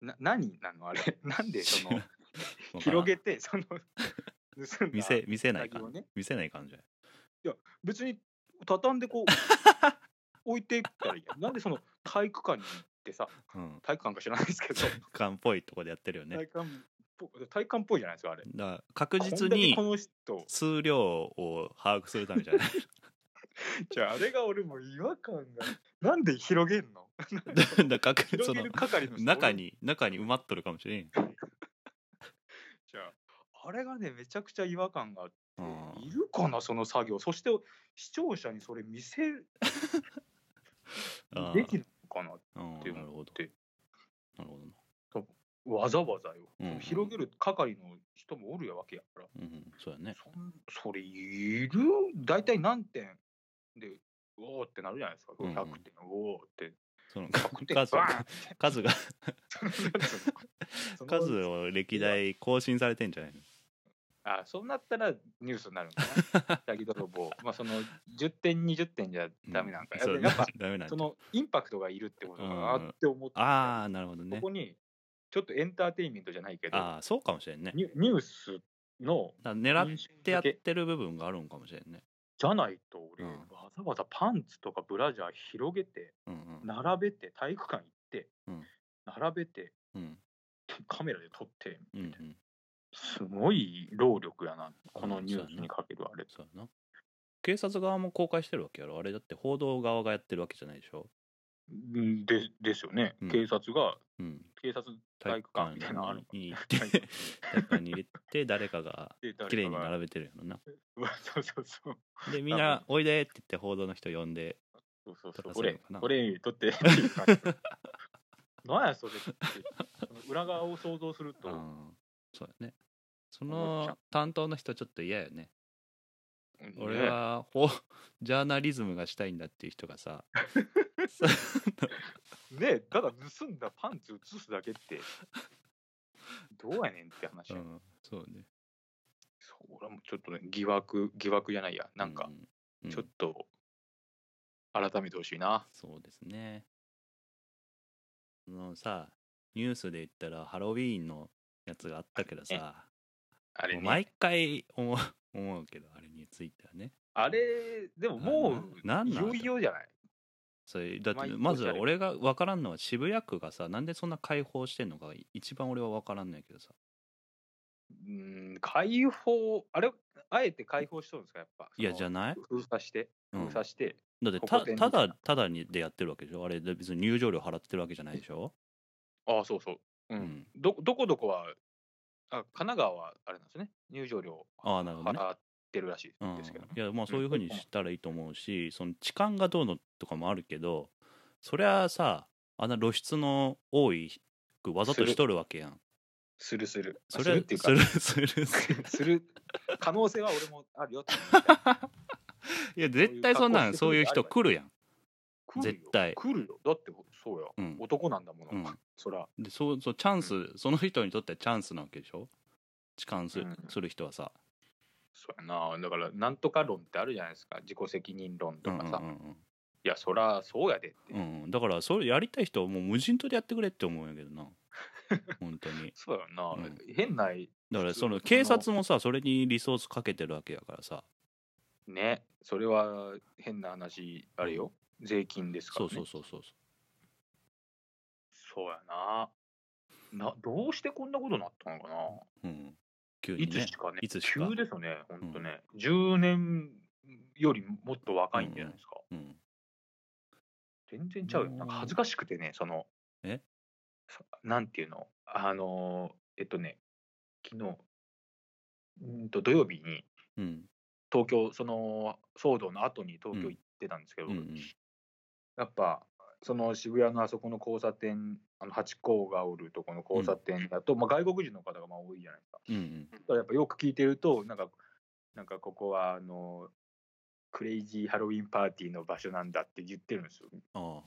Speaker 1: な何なのあれ [LAUGHS] なんで
Speaker 2: [LAUGHS]
Speaker 1: その広
Speaker 2: 広
Speaker 1: げて、
Speaker 2: [LAUGHS]
Speaker 1: その盗ん
Speaker 2: 見
Speaker 1: だ
Speaker 2: せ見せない
Speaker 1: 下
Speaker 2: か
Speaker 1: 着をね、
Speaker 2: 見せない感じ
Speaker 1: 別に畳んで
Speaker 2: [LAUGHS]
Speaker 1: こう、置いていったらいいやん。なんでその体育館に行ってさ、
Speaker 2: うん
Speaker 1: 体育館か知らないです
Speaker 2: [LAUGHS]
Speaker 1: けど、
Speaker 2: 感っぽいとこでやってるよ
Speaker 1: 体
Speaker 2: ね
Speaker 1: 育館っぽ体育館っぽいじゃないですか、あれ。
Speaker 2: だから確
Speaker 1: こ
Speaker 2: 実
Speaker 1: んだけ
Speaker 2: に
Speaker 1: この人
Speaker 2: 数量を把握するためじゃない
Speaker 1: [LAUGHS] じゃああれが俺も違和感がなんで広げんの
Speaker 2: だから確
Speaker 1: 広
Speaker 2: [LAUGHS] そ
Speaker 1: げ
Speaker 2: の
Speaker 1: る係の人
Speaker 2: 中に中に埋まっとるかもしれんよ
Speaker 1: 俺じゃああれがねめちゃくちゃ違和感があって
Speaker 2: うん
Speaker 1: いるかなその作業そして視聴者にそれ見せる
Speaker 2: あー
Speaker 1: べきなのかな
Speaker 2: うん
Speaker 1: っ
Speaker 2: な
Speaker 1: て
Speaker 2: る
Speaker 1: いうの
Speaker 2: ほ
Speaker 1: っ
Speaker 2: ど
Speaker 1: て
Speaker 2: なるほどな
Speaker 1: わざわざよ、
Speaker 2: うんうん
Speaker 1: その広げる係の人もおるやわけやから
Speaker 2: うんうんそうやね
Speaker 1: そんそれいる大体何点でうおーってなるじゃないですか
Speaker 2: うんうん
Speaker 1: 100点、うおーって
Speaker 2: その
Speaker 1: 100点
Speaker 2: [LAUGHS] 数
Speaker 1: バーン
Speaker 2: 数が
Speaker 1: その
Speaker 2: [LAUGHS] 数を歴代更新されてんじゃないの
Speaker 1: あそうなったらニュースになるんだ
Speaker 2: [LAUGHS]
Speaker 1: な下着泥棒まあその10点20点じゃダメなんか、
Speaker 2: そう
Speaker 1: やっぱ
Speaker 2: ダメなん
Speaker 1: そ
Speaker 2: だ
Speaker 1: のインパクトがいるってことかな
Speaker 2: うん
Speaker 1: って思って、
Speaker 2: ああなるほど
Speaker 1: こ
Speaker 2: ね
Speaker 1: こにちょっとエンターテインメントじゃないけど
Speaker 2: ああそうかもしれんね
Speaker 1: ニュニュースの
Speaker 2: だから狙っ
Speaker 1: 印象
Speaker 2: てやっ
Speaker 1: 付け
Speaker 2: てる部分があるんかもしれんね
Speaker 1: じゃないと俺、
Speaker 2: うん
Speaker 1: わざわざパンツとかブラジャー広げて
Speaker 2: うんうん
Speaker 1: 並べて体育館行って、
Speaker 2: うん
Speaker 1: 並べて
Speaker 2: うん
Speaker 1: カメラで撮って
Speaker 2: うんうん
Speaker 1: すごい労力やなこの
Speaker 2: うん
Speaker 1: ニュースにかけるあれ
Speaker 2: そうやな警察側も公開してるわけやろあれだって報道側がやってるわけじゃないでしょ
Speaker 1: うんでですよね、
Speaker 2: うん
Speaker 1: 警察が
Speaker 2: うん
Speaker 1: 警察体育館みたいなのある
Speaker 2: に行って
Speaker 1: 体育
Speaker 2: 体育館に入れて誰かが
Speaker 1: 館
Speaker 2: [LAUGHS] 綺麗に並
Speaker 1: べ
Speaker 2: べてるやろな
Speaker 1: [LAUGHS] そうそうそう
Speaker 2: でみんな「おいで」って言って報道の人呼んで
Speaker 1: そうそう
Speaker 2: と
Speaker 1: そう
Speaker 2: かそうい
Speaker 1: 俺
Speaker 2: うのかな
Speaker 1: 俺取ってっていう
Speaker 2: [LAUGHS]
Speaker 1: 感じ何やそれってその裏側を想像すると、
Speaker 2: うんそうやねそ
Speaker 1: 思っちゃ
Speaker 2: の
Speaker 1: う
Speaker 2: 担当の人ちょっと嫌よね
Speaker 1: ね
Speaker 2: 俺はほジャーナリズムがしたいんだっていう人がさそ
Speaker 1: ねただ盗んだパンツ写すだけってどうやねんって話、
Speaker 2: うんそうね
Speaker 1: そう俺はもうちょっとね疑惑疑惑じゃないやなんか
Speaker 2: うう
Speaker 1: ちょっと改めてほしいな、
Speaker 2: そうですねあのさニュースで言ったらハロウィーンのやつがあったけどさ
Speaker 1: あれ
Speaker 2: もう
Speaker 1: ね
Speaker 2: 毎回思う [LAUGHS] 思うけどあれについてはね
Speaker 1: あれでももう
Speaker 2: ななん
Speaker 1: い
Speaker 2: なの
Speaker 1: よいよじゃない
Speaker 2: それだっ
Speaker 1: まあ
Speaker 2: てまず
Speaker 1: おっしゃる
Speaker 2: 俺が分からんのは渋谷区がさなんでそんな開放してんのか一番俺は分からんのやけどさ
Speaker 1: うん開放あれあえて開放しとるんですかやっぱ
Speaker 2: いやじゃ
Speaker 1: な
Speaker 2: ない、
Speaker 1: 封鎖して
Speaker 2: うん
Speaker 1: 封鎖して、
Speaker 2: だって
Speaker 1: こ
Speaker 2: た
Speaker 1: こで
Speaker 2: た
Speaker 1: みたい
Speaker 2: だ
Speaker 1: な
Speaker 2: ただにでやってるわけでしょあれで別に入場料払ってるわけじゃないでしょ
Speaker 1: ああそうそううん、
Speaker 2: うん
Speaker 1: どどこどこはあ神奈川はあれなんですね入場料
Speaker 2: ああなるほどね
Speaker 1: 払ってるらしい
Speaker 2: うん
Speaker 1: ですけど、ね
Speaker 2: いやまあそういうふうにしたらいいと思うしその痴漢がどうのとかもあるけどそりゃあさあんな露出の多い服わざとしとるわけやん
Speaker 1: するする
Speaker 2: そ
Speaker 1: す
Speaker 2: れ
Speaker 1: る
Speaker 2: は
Speaker 1: っていうか
Speaker 2: それするす
Speaker 1: [LAUGHS]
Speaker 2: る
Speaker 1: する可能性は俺もあるよって思って
Speaker 2: いや絶対そんなん
Speaker 1: そ
Speaker 2: そうう
Speaker 1: い
Speaker 2: いうう
Speaker 1: 格
Speaker 2: 人
Speaker 1: 好
Speaker 2: 来るやん
Speaker 1: 来るよ
Speaker 2: [LAUGHS] 絶対
Speaker 1: 来るよだってそうや
Speaker 2: うん
Speaker 1: 男なんだもの、
Speaker 2: うん
Speaker 1: [LAUGHS] そら
Speaker 2: でそうそうチャンスその人にとってはチャンスなわけでしょ痴漢す,、
Speaker 1: うん
Speaker 2: する人はさ
Speaker 1: そうやなだからなんとか論ってあるじゃないですか自己責任論と
Speaker 2: うんうん
Speaker 1: か
Speaker 2: うん
Speaker 1: さ、いやそらそうやでって、
Speaker 2: うんうんだからそれやりたい人はもう無人島でやってくれって思うんやけどな
Speaker 1: [LAUGHS]
Speaker 2: 本当に
Speaker 1: そうやな、
Speaker 2: うん
Speaker 1: 変ない
Speaker 2: だからその
Speaker 1: 普通
Speaker 2: 警察もさそれにリソースかけてるわけやからさ
Speaker 1: ねそれは変な話あれよ税金ですから
Speaker 2: そ
Speaker 1: ね
Speaker 2: うそうそうそう
Speaker 1: そうやななどうしてこんなことになったのかな、
Speaker 2: そううん急に
Speaker 1: いつ
Speaker 2: ね
Speaker 1: しかね
Speaker 2: いつしか
Speaker 1: 急ですよね本当ね、10年よりもっと若いんじゃないですか、
Speaker 2: うん
Speaker 1: 全然ちゃうよなんか恥ずかしくてねその
Speaker 2: え
Speaker 1: そなんていうのあのーえっとね昨日うーんと土曜日に
Speaker 2: うん
Speaker 1: 東京その騒動の後に東京行ってたんですけど、
Speaker 2: うんうん
Speaker 1: やっぱその渋谷のあそこの交差点あのハチ公がおるとこの交差点だと、まあ、外国人の方がまあ多いじゃないですか。
Speaker 2: うんうん
Speaker 1: だからやっぱよく聞いてるとなんかなんかここはあのクレイジーハロウィンパーティーの場所なんだって言ってるんですよ。
Speaker 2: あ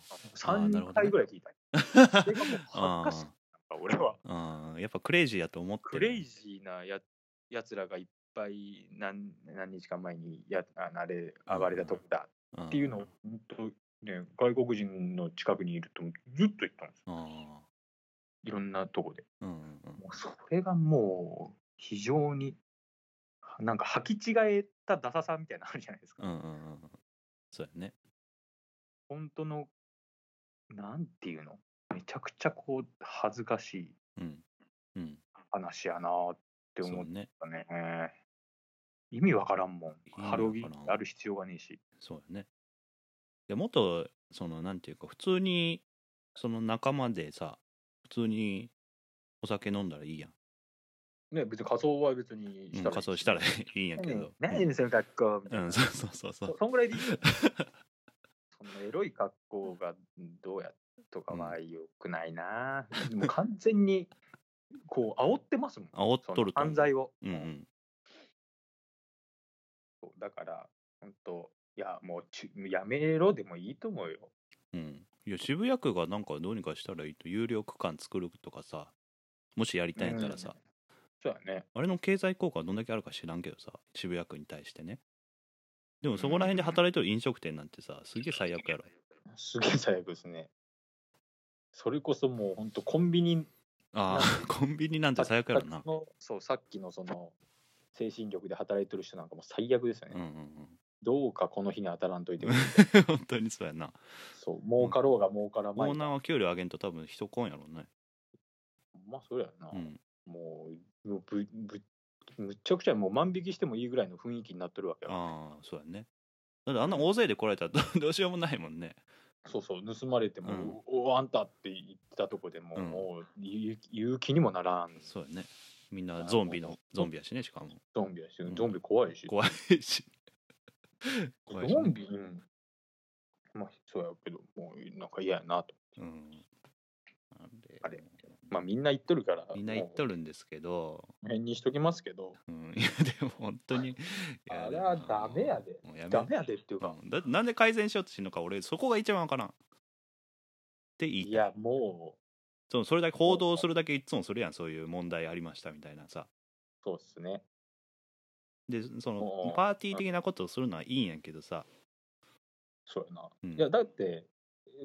Speaker 2: ーなるほ
Speaker 1: 3
Speaker 2: どね
Speaker 1: 回ぐらい聞いた。
Speaker 2: あ
Speaker 1: それがもう恥ずかしい
Speaker 2: あ
Speaker 1: なん [LAUGHS] か俺は。
Speaker 2: ああやっぱクレイジーやと思って
Speaker 1: ク
Speaker 2: る
Speaker 1: レイジーなややつらがいっぱい何何日か前にやああれ暴れたとこだ
Speaker 2: っ
Speaker 1: っていうのを本当、ね、外国人の近くにいるとずっと言ったんですよ
Speaker 2: あ
Speaker 1: いろんなとこで。
Speaker 2: あうんうんうん
Speaker 1: もうそれがもう非常になんか履き違えたダサさみたいなのあるじゃないですか。
Speaker 2: うんうんうんうんそうやね
Speaker 1: 本当のなんていうのめちゃくちゃこう恥ずかしい
Speaker 2: うんうん
Speaker 1: 話やなーって
Speaker 2: そ
Speaker 1: 思っ
Speaker 2: うね
Speaker 1: たね。意味わからんもん
Speaker 2: 味。わからん
Speaker 1: ハロウィンってある必要がねえし。
Speaker 2: そうやねいやもっとそのなんていうか普通にその仲間でさ普通にお酒飲んだらいいやん、
Speaker 1: ね別に仮装は別に
Speaker 2: う
Speaker 1: し
Speaker 2: ん、
Speaker 1: たら
Speaker 2: 仮装したらいいんやけど
Speaker 1: 何何その格好みた
Speaker 2: う
Speaker 1: いな。
Speaker 2: ん、うんそうそうそうそう
Speaker 1: そ [LAUGHS] そんぐらいでい
Speaker 2: [LAUGHS]
Speaker 1: いよそのエロい格好がどうやとかは良くないな、もう完全にこう煽ってますもん
Speaker 2: 煽っ
Speaker 1: そ
Speaker 2: と
Speaker 1: の
Speaker 2: ると思
Speaker 1: 犯
Speaker 2: う
Speaker 1: 罪を、
Speaker 2: うんうん
Speaker 1: そうだから本当いやもうちゅやめろでもいいと思うよ
Speaker 2: うんいや渋谷区がなんかどうにかしたらいいと有料区間作るとかさもしやりたいんやったらさ、
Speaker 1: そうだね
Speaker 2: あれの経済効果はどんだけあるか知らんけどさ渋谷区に対してねでもそこら辺で働いてる飲食店なんてさすげえ最悪やろ
Speaker 1: すげえ最悪ですねそれこそもう本当コンビニ
Speaker 2: あ [LAUGHS] あコンビニなんて最悪やろな
Speaker 1: のそうさっきのその精神力で働いてる人なんかもう最悪ですよね、
Speaker 2: うんうんうん
Speaker 1: どうかこの日に当たらんといてほしい
Speaker 2: [LAUGHS] 本当にそうやな
Speaker 1: そう儲かろうが儲からま
Speaker 2: オ
Speaker 1: い
Speaker 2: ーナー
Speaker 1: が
Speaker 2: は給料上げんと多分人来んやろうね
Speaker 1: まあそれやな、
Speaker 2: うん
Speaker 1: もうもうぶぶむっちゃくちゃもう万引きしてもいいぐらいの雰囲気になってるわけよ
Speaker 2: ああそうやねだってあんな大勢で来られたらどどうしよ [LAUGHS] うもないもんね
Speaker 1: そうそう盗まれても、
Speaker 2: うん
Speaker 1: おおあんたって言ったとこでもう,、
Speaker 2: うん
Speaker 1: もう言う言う気にもならん
Speaker 2: そうやねみんなゾン
Speaker 1: あ
Speaker 2: ビ
Speaker 1: ー
Speaker 2: の
Speaker 1: もう
Speaker 2: ゾンビやしねし [LAUGHS] かも
Speaker 1: ゾンビやし、
Speaker 2: ん
Speaker 1: ゾンビ怖いし
Speaker 2: 怖いし怖いし
Speaker 1: ゾンビうんまあそうやけどもうなんか嫌やなと
Speaker 2: うんあ
Speaker 1: あ
Speaker 2: れ
Speaker 1: れまあみんな言っとるから
Speaker 2: みんな言っと
Speaker 1: る
Speaker 2: るんですけど、
Speaker 1: 辺にしときますけど
Speaker 2: うん、いやでも本当にいや
Speaker 1: あれはダメやで
Speaker 2: もうやめ
Speaker 1: ダメやでっていうか、
Speaker 2: うんだってなんで改善しようとしてんのか俺そこが一番わからんって言いた
Speaker 1: いやもう
Speaker 2: そのそれだけ報道するだけいつもするやんそういう問題ありましたみたいなさ
Speaker 1: そうっすね
Speaker 2: でそ
Speaker 1: おうお
Speaker 2: の
Speaker 1: う
Speaker 2: パーティー的なことをするのはいいんやけどさ、
Speaker 1: そうやな
Speaker 2: うん
Speaker 1: いやだって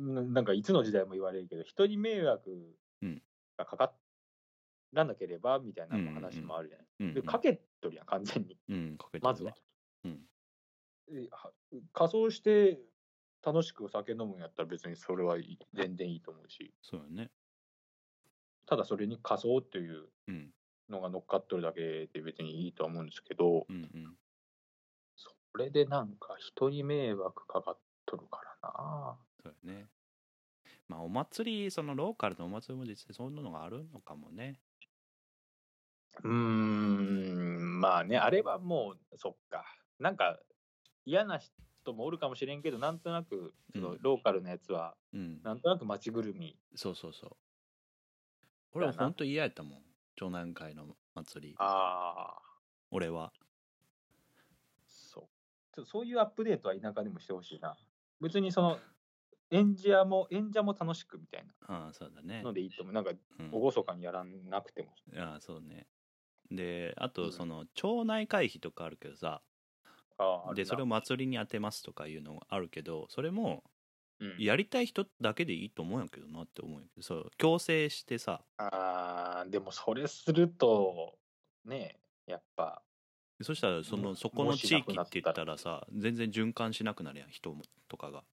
Speaker 1: ななんかいつの時代も言われるけど人に迷惑
Speaker 2: うん
Speaker 1: がかからなければみたいな
Speaker 2: うんうんうん
Speaker 1: 話もあるじゃない、
Speaker 2: うんうん
Speaker 1: でかけとるやん完全に
Speaker 2: うんかけてるね
Speaker 1: まずは、
Speaker 2: うん
Speaker 1: えは仮装して楽しくお酒飲むんやったら別にそれはいい全然いいと思うし
Speaker 2: そうよね
Speaker 1: ただそれに仮装っていう
Speaker 2: うん
Speaker 1: のが乗っかっとるだけで別にいいとは思うんですけど
Speaker 2: うんうん
Speaker 1: それでなんか人に迷惑かかっとるからな
Speaker 2: そうよねまあお祭りそのローカルのお祭りも実際そんなのがあるのかもね
Speaker 1: うーんまあね、あれはもう、そっか、なんか嫌な人もおるかもしれんけど、なんとなく、その
Speaker 2: うん
Speaker 1: ローカルのやつは、
Speaker 2: うん
Speaker 1: なんとなく街ぐるみ、
Speaker 2: そうそうそう俺は本当嫌やったもん町内会の祭り
Speaker 1: ああ、
Speaker 2: 俺は
Speaker 1: そうちょそういうアップデートは田舎でもしてほしいな。別にその演者も演者も楽しくみたい
Speaker 2: ああそうだね
Speaker 1: なのでいいと思う。なんか
Speaker 2: うん
Speaker 1: 厳かにやらなくても。
Speaker 2: ああそうねであ
Speaker 1: う
Speaker 2: と
Speaker 1: ん
Speaker 2: その町内会費とかあるけどさ、
Speaker 1: ああ
Speaker 2: でそれを
Speaker 1: も、
Speaker 2: 祭りに当てますとかいうのがあるけどそれも
Speaker 1: うん、
Speaker 2: やりたい人だけでいいと思うんやけどなって思うんやけどそう強制してさ
Speaker 1: あーでもそれするとねやっぱ
Speaker 2: そしたらその
Speaker 1: も
Speaker 2: そこの
Speaker 1: もし
Speaker 2: 地
Speaker 1: な
Speaker 2: 域
Speaker 1: くな
Speaker 2: っ
Speaker 1: ったら
Speaker 2: て言ったらさ全然循環しなくなるやん人もとかが、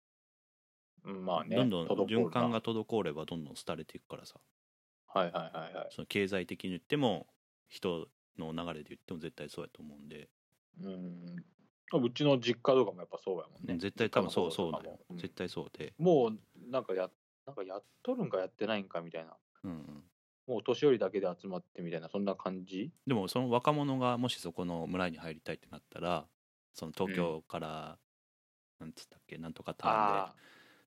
Speaker 1: うんまあね
Speaker 2: どんどん
Speaker 1: 滞るな
Speaker 2: 循環が滞ればどんどん廃れていくからさ
Speaker 1: はいはいはいはい
Speaker 2: その経済的に言っても人の流れで言っても絶対そうやと思うんで、
Speaker 1: うんうちの実家とかもやっぱそうやもんね
Speaker 2: 絶対多分そうそうな
Speaker 1: 実家
Speaker 2: の
Speaker 1: の方とか
Speaker 2: よ
Speaker 1: もうん
Speaker 2: 絶対そうで、
Speaker 1: もうなんかやなんかやっとるんかやってないんかみたいな
Speaker 2: うんうん、
Speaker 1: もう年寄りだけで集まってみたいなそんな感じ
Speaker 2: でもその若者がもしそこの村に入りたいってなったらその東京から、なんつったっけなんとかターン
Speaker 1: あ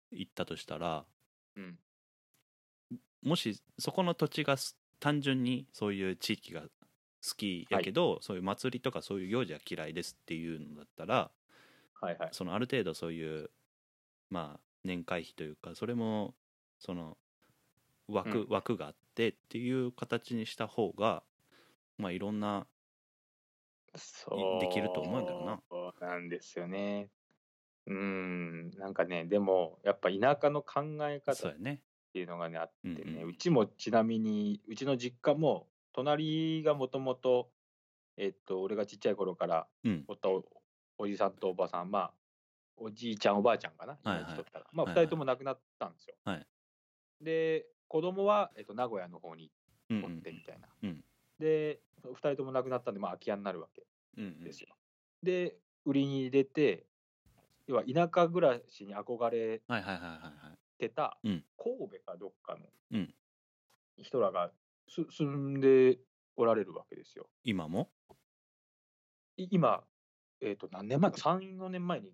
Speaker 2: で行ったとしたら
Speaker 1: ーうん
Speaker 2: もしそこの土地がす単純にそういう地域が好きやけど、そういう祭りとかそういう行事は嫌いですっていうのだったら
Speaker 1: はいはい
Speaker 2: そのある程度そういうまあ年会費というかそれもその枠,、
Speaker 1: うん
Speaker 2: 枠があってっていう形にした方がまあいろんな
Speaker 1: そう
Speaker 2: できると思うんだよな
Speaker 1: そうなんですよねうんなんかねでもやっぱ田舎の考え
Speaker 2: そ
Speaker 1: 方
Speaker 2: うやね
Speaker 1: っていうのがねあってね、
Speaker 2: うん
Speaker 1: う
Speaker 2: うん
Speaker 1: ちもちなみにうちの実家も隣がもともとえっと俺がちっちゃい頃から
Speaker 2: うん
Speaker 1: おったおおじさんとおばさんまあおじいちゃんおばあちゃんかな
Speaker 2: はいはい
Speaker 1: 今の人ったらまあ
Speaker 2: は
Speaker 1: 2
Speaker 2: いはい
Speaker 1: 人とも亡くなったんですよ、
Speaker 2: はい
Speaker 1: で子供はえっと名古屋の方に
Speaker 2: うんう
Speaker 1: おっ
Speaker 2: ん
Speaker 1: てみたいな、
Speaker 2: うん
Speaker 1: で2人とも亡くなったんでまあ空き家になるわけ
Speaker 2: うんうん
Speaker 1: ですよ、で売りに出て要は田舎暮らしに憧れ
Speaker 2: はいはいはいはいはい
Speaker 1: ってた
Speaker 2: うん
Speaker 1: 神戸かどっか
Speaker 2: う
Speaker 1: の
Speaker 2: ん
Speaker 1: 人らがす住んでおられるわけですよ。
Speaker 2: 今も
Speaker 1: い今、えー、と何年前か3、4年前に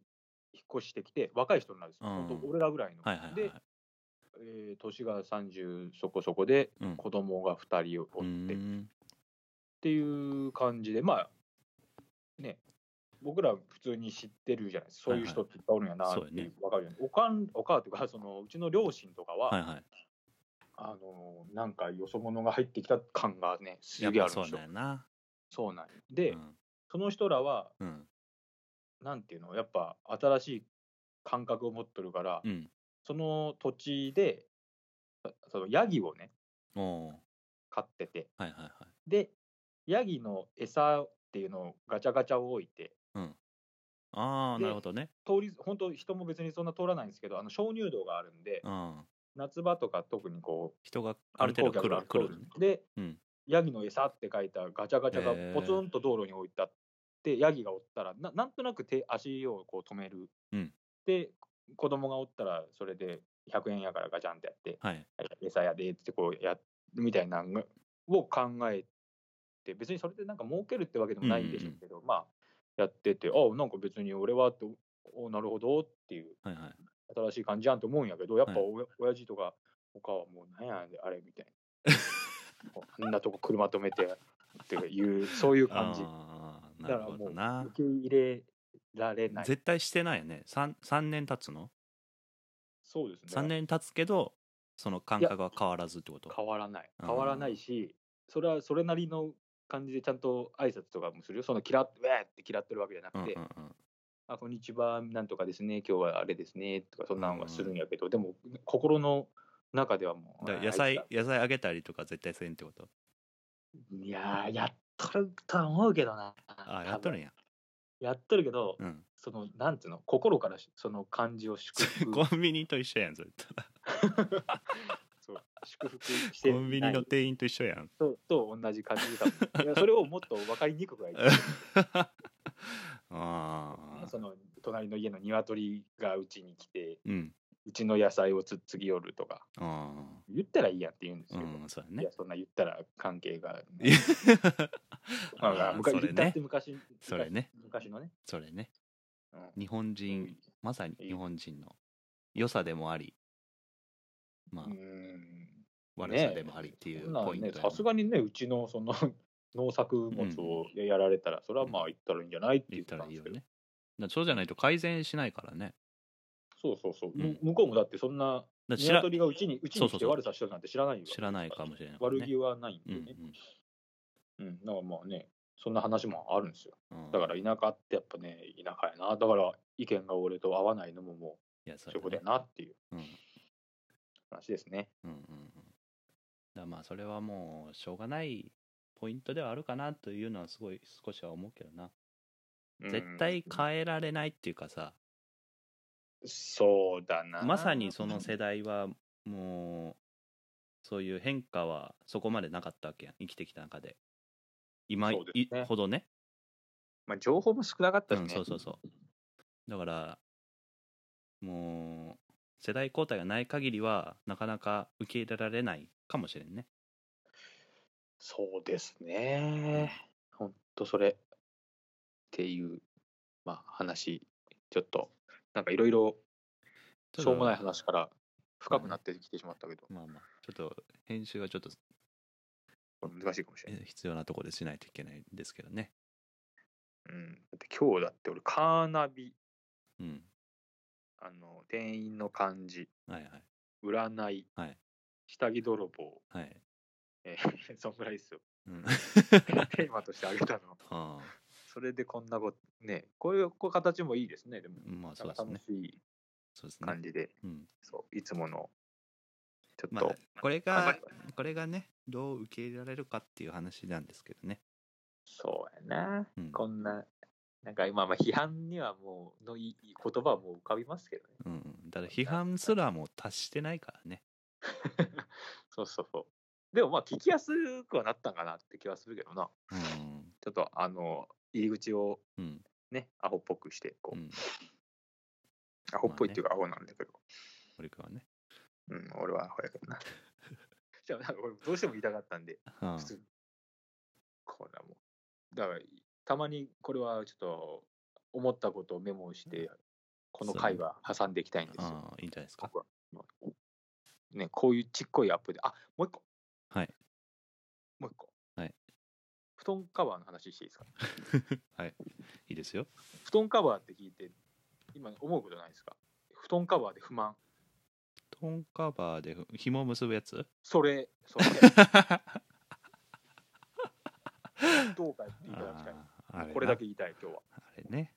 Speaker 1: 引っ越してきて若い人なんですよ。
Speaker 2: うん
Speaker 1: 本当俺らぐらいの。
Speaker 2: はいはいはい
Speaker 1: で、えー年が30そこそこで
Speaker 2: うん
Speaker 1: 子供が2人
Speaker 2: う
Speaker 1: おってっ
Speaker 2: ん
Speaker 1: ていう感じでまあね僕ら普通に知ってるじゃないですかそういう人っていっぱいおるんやなって
Speaker 2: そうやね
Speaker 1: 分かるよね。おかんおかんというかそのうちの両親とかは、
Speaker 2: はいはい
Speaker 1: あのなんかよそ者が入ってきた感がねすげえ
Speaker 2: や
Speaker 1: あ
Speaker 2: っぱ
Speaker 1: るんで
Speaker 2: そう
Speaker 1: すよ
Speaker 2: だ。よな
Speaker 1: そうなんよ
Speaker 2: う
Speaker 1: で、
Speaker 2: ん
Speaker 1: その人らは
Speaker 2: うん
Speaker 1: なんていうのやっぱ新しい感覚を持ってるから、
Speaker 2: うん
Speaker 1: その土地でそそのヤギをね
Speaker 2: おお
Speaker 1: 飼ってて
Speaker 2: ーはいはいはい
Speaker 1: でヤギの餌っていうのをガチャガチャを置いて
Speaker 2: ああ
Speaker 1: で
Speaker 2: なるほどね
Speaker 1: 通り本当人も別にそんな通らないんですけどあの鍾乳洞があるんで、
Speaker 2: うん
Speaker 1: 夏場とか特にこう
Speaker 2: 人がある程度来る来るのね
Speaker 1: で、
Speaker 2: うん
Speaker 1: ヤギの餌って書いたガチャガチャ
Speaker 2: へー
Speaker 1: がポツンと道路に置いてあって、ヤギがおったらななんとなく手足をこう止める、
Speaker 2: うん
Speaker 1: で子供がおったらそれで100円やからガチャンってやって
Speaker 2: はい
Speaker 1: 餌やでってこうやみたいなのを考えて別にそれでなんか儲けるってわけでもないんでしょうけど、まあやっててあなんか別に俺はっておなるほどっていう
Speaker 2: はいはい
Speaker 1: 新しい感じやんと思うんやけどやっぱ
Speaker 2: はい
Speaker 1: おや、親父とかお母はもうなんやあれみたい
Speaker 2: [LAUGHS]
Speaker 1: なもうあんなとこ車止めてっていうそういう感じ
Speaker 2: あ
Speaker 1: だ
Speaker 2: あな
Speaker 1: か
Speaker 2: る
Speaker 1: ら
Speaker 2: ほ
Speaker 1: も
Speaker 2: ど
Speaker 1: う
Speaker 2: な
Speaker 1: 受け入れられない
Speaker 2: 絶対してないよね 3, 三年経つの
Speaker 1: そうですね
Speaker 2: 3年経つけどその感覚は変わらずってこと
Speaker 1: 変わらない
Speaker 2: うん
Speaker 1: 変わらないしそれはそれなりの感じでちゃんと挨拶とかもするよその嫌ってウェーって嫌ってるわけじゃな
Speaker 2: うん
Speaker 1: く
Speaker 2: う
Speaker 1: て、
Speaker 2: んうん
Speaker 1: あこんにちはなんとかですね今日はあれですねとかそんなんはするんやけど、でも心の中ではもう
Speaker 2: だ
Speaker 1: あ
Speaker 2: 野
Speaker 1: あ
Speaker 2: 菜
Speaker 1: い
Speaker 2: 野菜あげたりとか絶対せんってこと
Speaker 1: ついやーやっとるとは思うけどな
Speaker 2: あやっとるん
Speaker 1: や
Speaker 2: や
Speaker 1: やっとるけど、
Speaker 2: うん
Speaker 1: そのなんつうの心からしその感じを祝
Speaker 2: [LAUGHS]
Speaker 1: 福
Speaker 2: コンビニと一緒やんそれ
Speaker 1: そう祝福して
Speaker 2: コンビニ
Speaker 1: な
Speaker 2: の
Speaker 1: い
Speaker 2: 店員と一緒
Speaker 1: [LAUGHS]
Speaker 2: やん
Speaker 1: とと同じ感じか
Speaker 2: [LAUGHS]
Speaker 1: もいやそれをもっと分かりにくくやりたい
Speaker 2: あ
Speaker 1: [LAUGHS] そ
Speaker 2: あ
Speaker 1: の隣の家の鶏がうちに来て
Speaker 2: うん
Speaker 1: うちの野菜をつっつぎ寄るとか
Speaker 2: あ
Speaker 1: 言ったらいいやんって言うんです
Speaker 2: あう
Speaker 1: けど、
Speaker 2: んそうや
Speaker 1: い
Speaker 2: ね
Speaker 1: やそんな言ったら関係が、
Speaker 2: いや
Speaker 1: まあまあ
Speaker 2: あー
Speaker 1: 昔
Speaker 2: それ
Speaker 1: 言ったっ
Speaker 2: ね
Speaker 1: て昔
Speaker 2: それね
Speaker 1: 昔のね、
Speaker 2: [LAUGHS] それね
Speaker 1: うん
Speaker 2: 日本人まさに日本人の良さでもありまあ
Speaker 1: うん
Speaker 2: 悪さでもありっていう
Speaker 1: そんなん
Speaker 2: ポイント
Speaker 1: ね
Speaker 2: やな
Speaker 1: さすがにねうちのその [LAUGHS] 農作物をやられたら、それはまあ言ったらいいんじゃないって
Speaker 2: 言
Speaker 1: 言
Speaker 2: っ
Speaker 1: って
Speaker 2: た
Speaker 1: た
Speaker 2: ら
Speaker 1: んで
Speaker 2: いい
Speaker 1: す
Speaker 2: よ
Speaker 1: けど
Speaker 2: ねだそうじゃないと改善しないからね
Speaker 1: そうそうそう、
Speaker 2: うん
Speaker 1: む向こうもだってそんな
Speaker 2: だから知ら
Speaker 1: 鶏がうちにうちに
Speaker 2: そうそ
Speaker 1: 来
Speaker 2: うそ
Speaker 1: て
Speaker 2: う
Speaker 1: 悪さしてるなんて知らないよ
Speaker 2: 知らないかもしれないからね
Speaker 1: 悪気はないん
Speaker 2: うん
Speaker 1: で
Speaker 2: う
Speaker 1: ね、
Speaker 2: ん
Speaker 1: うん、だからまあね、そんな話もあるんですよ。
Speaker 2: うん
Speaker 1: だから田舎ってやっぱね、田舎やな。だから意見が俺と合わないのもも
Speaker 2: いやそうれ
Speaker 1: そこだ
Speaker 2: ね
Speaker 1: よなっていう
Speaker 2: うん
Speaker 1: 話ですね。
Speaker 2: うんうんうんだからまあそれはもうしょうがないポイントではあるかなというのはすごい少しは思うけどな
Speaker 1: うん
Speaker 2: 絶対変えられないっていうかさ
Speaker 1: そうだな。
Speaker 2: まさにその世代はもうそういう変化はそこまでなかったわけやん生きてきた中で今
Speaker 1: そうですね
Speaker 2: いほどね
Speaker 1: まあ、情報も少なかったしね。
Speaker 2: うん、そうそうそうだからもう世代交代がない限りはなかなか受け入れられないかもしれんね
Speaker 1: そうですね。ほんとそれ。っていう、まあ、話、ちょっと、なんかいろいろ、しょうもない話から深くなってきてしまったけど、
Speaker 2: まあまあちょっと編集がちょっと
Speaker 1: これ難しいかもしれない。
Speaker 2: え必要なとこでしないといけないんですけどね
Speaker 1: うん、だって今日だって俺、カーナビ、
Speaker 2: うん
Speaker 1: あの、店員の感じ、
Speaker 2: はいはい
Speaker 1: 占い、
Speaker 2: はい
Speaker 1: 下着泥棒、
Speaker 2: はい、
Speaker 1: えー [LAUGHS] そんぐらいですよ。
Speaker 2: [LAUGHS] うん、
Speaker 1: テーマとして挙げたの。
Speaker 2: あ
Speaker 1: それでこんなこと、ね、こういうこういう形もいいですね。でも
Speaker 2: ー、まあそう
Speaker 1: なん
Speaker 2: で
Speaker 1: か
Speaker 2: す
Speaker 1: 楽
Speaker 2: ね
Speaker 1: しい
Speaker 2: そうですね
Speaker 1: 感、じで、
Speaker 2: うん
Speaker 1: そう、いつもの、ちょっ
Speaker 2: ま
Speaker 1: と、
Speaker 2: あ、これ
Speaker 1: 頑張
Speaker 2: が
Speaker 1: ります
Speaker 2: これがねどう受け入れられるかっていう話なんですけどね、
Speaker 1: そうやな。
Speaker 2: うん
Speaker 1: こんな、なんか今、まあ批判にはもう、のいい言葉はもう浮かびますけどね。 [LAUGHS]
Speaker 2: うんうん、だから批判すらもう達してないからね
Speaker 1: そうそうそう。でもまあ、聞きやすくはなったんかなって気はするけどな。
Speaker 2: うん
Speaker 1: ちょっと、あの、入り口を
Speaker 2: うん
Speaker 1: ね、アホっぽくして、こ
Speaker 2: う
Speaker 1: う、
Speaker 2: ん
Speaker 1: アホっぽいっていうかアホなんだけど、
Speaker 2: 堀君はね、
Speaker 1: うん、俺はアホやけどな。 [LAUGHS] じゃあ、なんか俺、どうしても言いたかったんで、
Speaker 2: うん
Speaker 1: 普通にこれはもう。だから、たまにこれはちょっと、思ったことをメモして、この回は挟んでいきたいんですよ。
Speaker 2: ああいいんじゃないですか
Speaker 1: 僕は。ね、こういうちっこいアップで、あもう一個。
Speaker 2: はい。
Speaker 1: もう一個。
Speaker 2: はい。
Speaker 1: 布団カバーの話していいですか
Speaker 2: はいいいですよ
Speaker 1: 布団カバーって聞いて、今思うことないですか布団カバーで不満。
Speaker 2: トンカバーでふ紐を結ぶやつ
Speaker 1: それ、そ
Speaker 2: [LAUGHS]
Speaker 1: れ、
Speaker 2: あ
Speaker 1: どうかやっていただきたい
Speaker 2: ー。あれな
Speaker 1: これだけ言いたい、今日は。
Speaker 2: あれね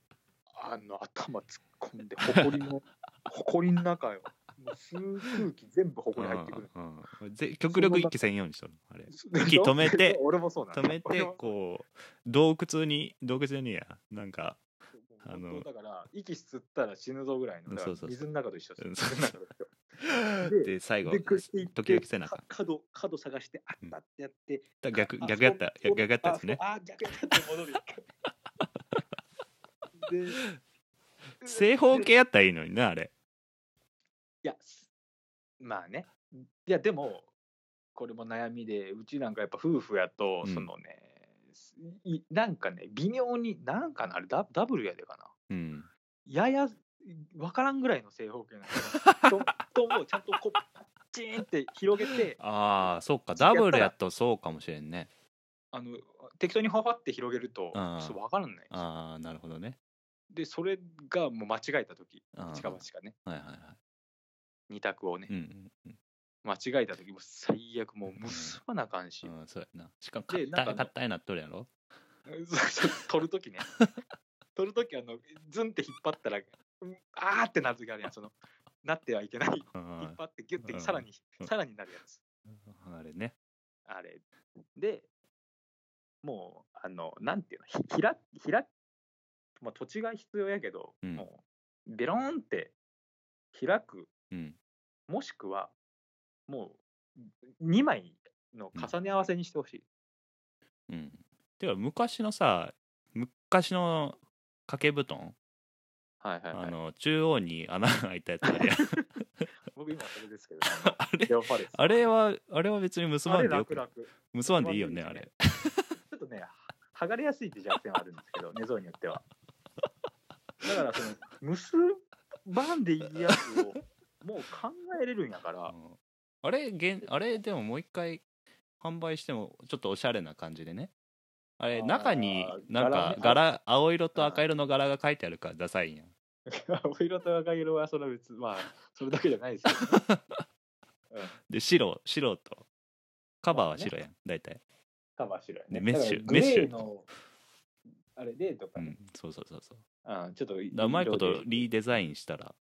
Speaker 1: あの頭突っ込んで、ほこり
Speaker 2: [LAUGHS]
Speaker 1: の、ほこりの中よ。もう吸う空気全部ほこり入って
Speaker 2: [LAUGHS]
Speaker 1: くる。
Speaker 2: うんうんぜ極力一気専用にしとるあれ
Speaker 1: でしょ [LAUGHS]
Speaker 2: 止めて
Speaker 1: 俺もそうなんだ
Speaker 2: 止め
Speaker 1: 俺
Speaker 2: て
Speaker 1: も
Speaker 2: こう洞窟に洞窟じゃねえやなんか
Speaker 1: もう
Speaker 2: あの
Speaker 1: 本当だから、息吸ったら死ぬぞぐらいの、だか
Speaker 2: そ
Speaker 1: ら
Speaker 2: うそうそう
Speaker 1: 水の中と一緒です。
Speaker 2: うんそう
Speaker 1: 水の中と一緒。
Speaker 2: で最後
Speaker 1: で、こうやって行って
Speaker 2: 時々背中
Speaker 1: か角、角探して、あったってやって。
Speaker 2: だ逆
Speaker 1: あ
Speaker 2: 逆やった
Speaker 1: そう
Speaker 2: 逆やったやつね
Speaker 1: あ、そうあ逆やったって戻る。
Speaker 2: [LAUGHS]
Speaker 1: で、
Speaker 2: 正方形やったらいいのになあれ
Speaker 1: いや、すまあね。いや、でも、これも悩みで、うちなんかやっぱ夫婦やと、
Speaker 2: うん
Speaker 1: そのね、いなんかね、微妙に、なんかな、あれダ、ダブルやでかな。
Speaker 2: うん
Speaker 1: やや分からんぐらいの正方形な
Speaker 2: [LAUGHS]
Speaker 1: の。と、ともちゃんとこう、パッチーンって広げて、
Speaker 2: ああそっかダブルやとそうかもしれんね
Speaker 1: あの適当にファファって広げると、ち
Speaker 2: うん
Speaker 1: ょっと分からんない。
Speaker 2: ああなるほどね
Speaker 1: で、それがもう間違えたとき
Speaker 2: うん、
Speaker 1: 近々ね、
Speaker 2: はいはいは
Speaker 1: 二択をね
Speaker 2: い、うん
Speaker 1: 間違えたとき、もう最悪、もう結ばなあかんし
Speaker 2: う、んうんそうやなしかも
Speaker 1: で
Speaker 2: 硬
Speaker 1: なんか
Speaker 2: い硬いなっとるやろ
Speaker 1: そう [LAUGHS] 取るときね。取るとき、あの、ズンって引っ張ったら、うんあーってなるときある
Speaker 2: [LAUGHS]
Speaker 1: やん、その、なってはいけない。
Speaker 2: う
Speaker 1: 引
Speaker 2: ん
Speaker 1: っ張って、ギュッ
Speaker 2: う
Speaker 1: て、
Speaker 2: ん
Speaker 1: さらに
Speaker 2: う、ん
Speaker 1: さらになるやつ。
Speaker 2: あれね
Speaker 1: あれ。で、もう、あの、なんていうの、ひひら、ひら、まあ、土地が必要やけど、
Speaker 2: うん
Speaker 1: もう、ベローンって開く、
Speaker 2: うん
Speaker 1: もしくは、もう、2枚の重ね合わせにしてほしい。
Speaker 2: うんてか昔のさ昔の掛け布団
Speaker 1: はいはいはい。
Speaker 2: あの中央に穴が開いたやつあるやん [LAUGHS]
Speaker 1: 僕今それですけど、
Speaker 2: あ
Speaker 1: レ
Speaker 2: れ
Speaker 1: オパレス。
Speaker 2: あれはあれは別に結
Speaker 1: あ
Speaker 2: ば
Speaker 1: れ
Speaker 2: んでよ
Speaker 1: 楽
Speaker 2: くな
Speaker 1: 々。
Speaker 2: い
Speaker 1: ち
Speaker 2: [LAUGHS] 結ばんでいいよねあれ
Speaker 1: ょっとね、剥がれやすいって弱点はあるんですけど、寝相によっては。だから、その、結ばんでいいやつを、もう考えれるんやから、
Speaker 2: うんあれげんあれでももう一回販売してもちょっとおしゃれな感じでねあれ
Speaker 1: あー
Speaker 2: 中になんか
Speaker 1: 柄
Speaker 2: 柄青色と赤色の柄が書いてあるからダサいんやん
Speaker 1: お色と赤色はそれは別、まあ、それだけじゃないです
Speaker 2: [LAUGHS]
Speaker 1: よ。うん
Speaker 2: で白白とカバーは白やん大体
Speaker 1: かもしれない、ね。
Speaker 2: メッシュ
Speaker 1: だからグレ
Speaker 2: メッシ
Speaker 1: ー
Speaker 2: ュ
Speaker 1: の、あれでとか
Speaker 2: う
Speaker 1: ね
Speaker 2: ん。、そうそうそうそう
Speaker 1: あちょっと、
Speaker 2: だからうまいこと
Speaker 1: 色で
Speaker 2: リデザインしたら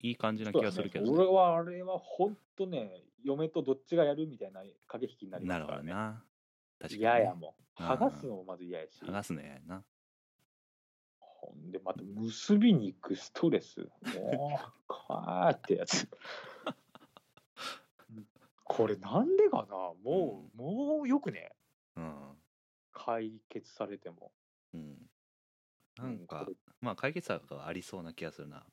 Speaker 2: いい感じな気がするけど、
Speaker 1: そうだね俺はあれは本当ね、嫁とどっちがやるみたいな駆け引きになります
Speaker 2: なる
Speaker 1: か
Speaker 2: ほ
Speaker 1: ら
Speaker 2: ど
Speaker 1: ね。
Speaker 2: な確かにね
Speaker 1: 嫌やもん。
Speaker 2: うん
Speaker 1: 剥がすのもまず嫌やし。
Speaker 2: 剥がすねな
Speaker 1: ほんで、また結びに行くストレス。も
Speaker 2: [LAUGHS]
Speaker 1: う、かーってやつ。これなんでかなもう、もうよくね、
Speaker 2: うん、
Speaker 1: 解決されても。
Speaker 2: うん、なん
Speaker 1: う
Speaker 2: か
Speaker 1: これ
Speaker 2: まあ解決策がありそうな気がするな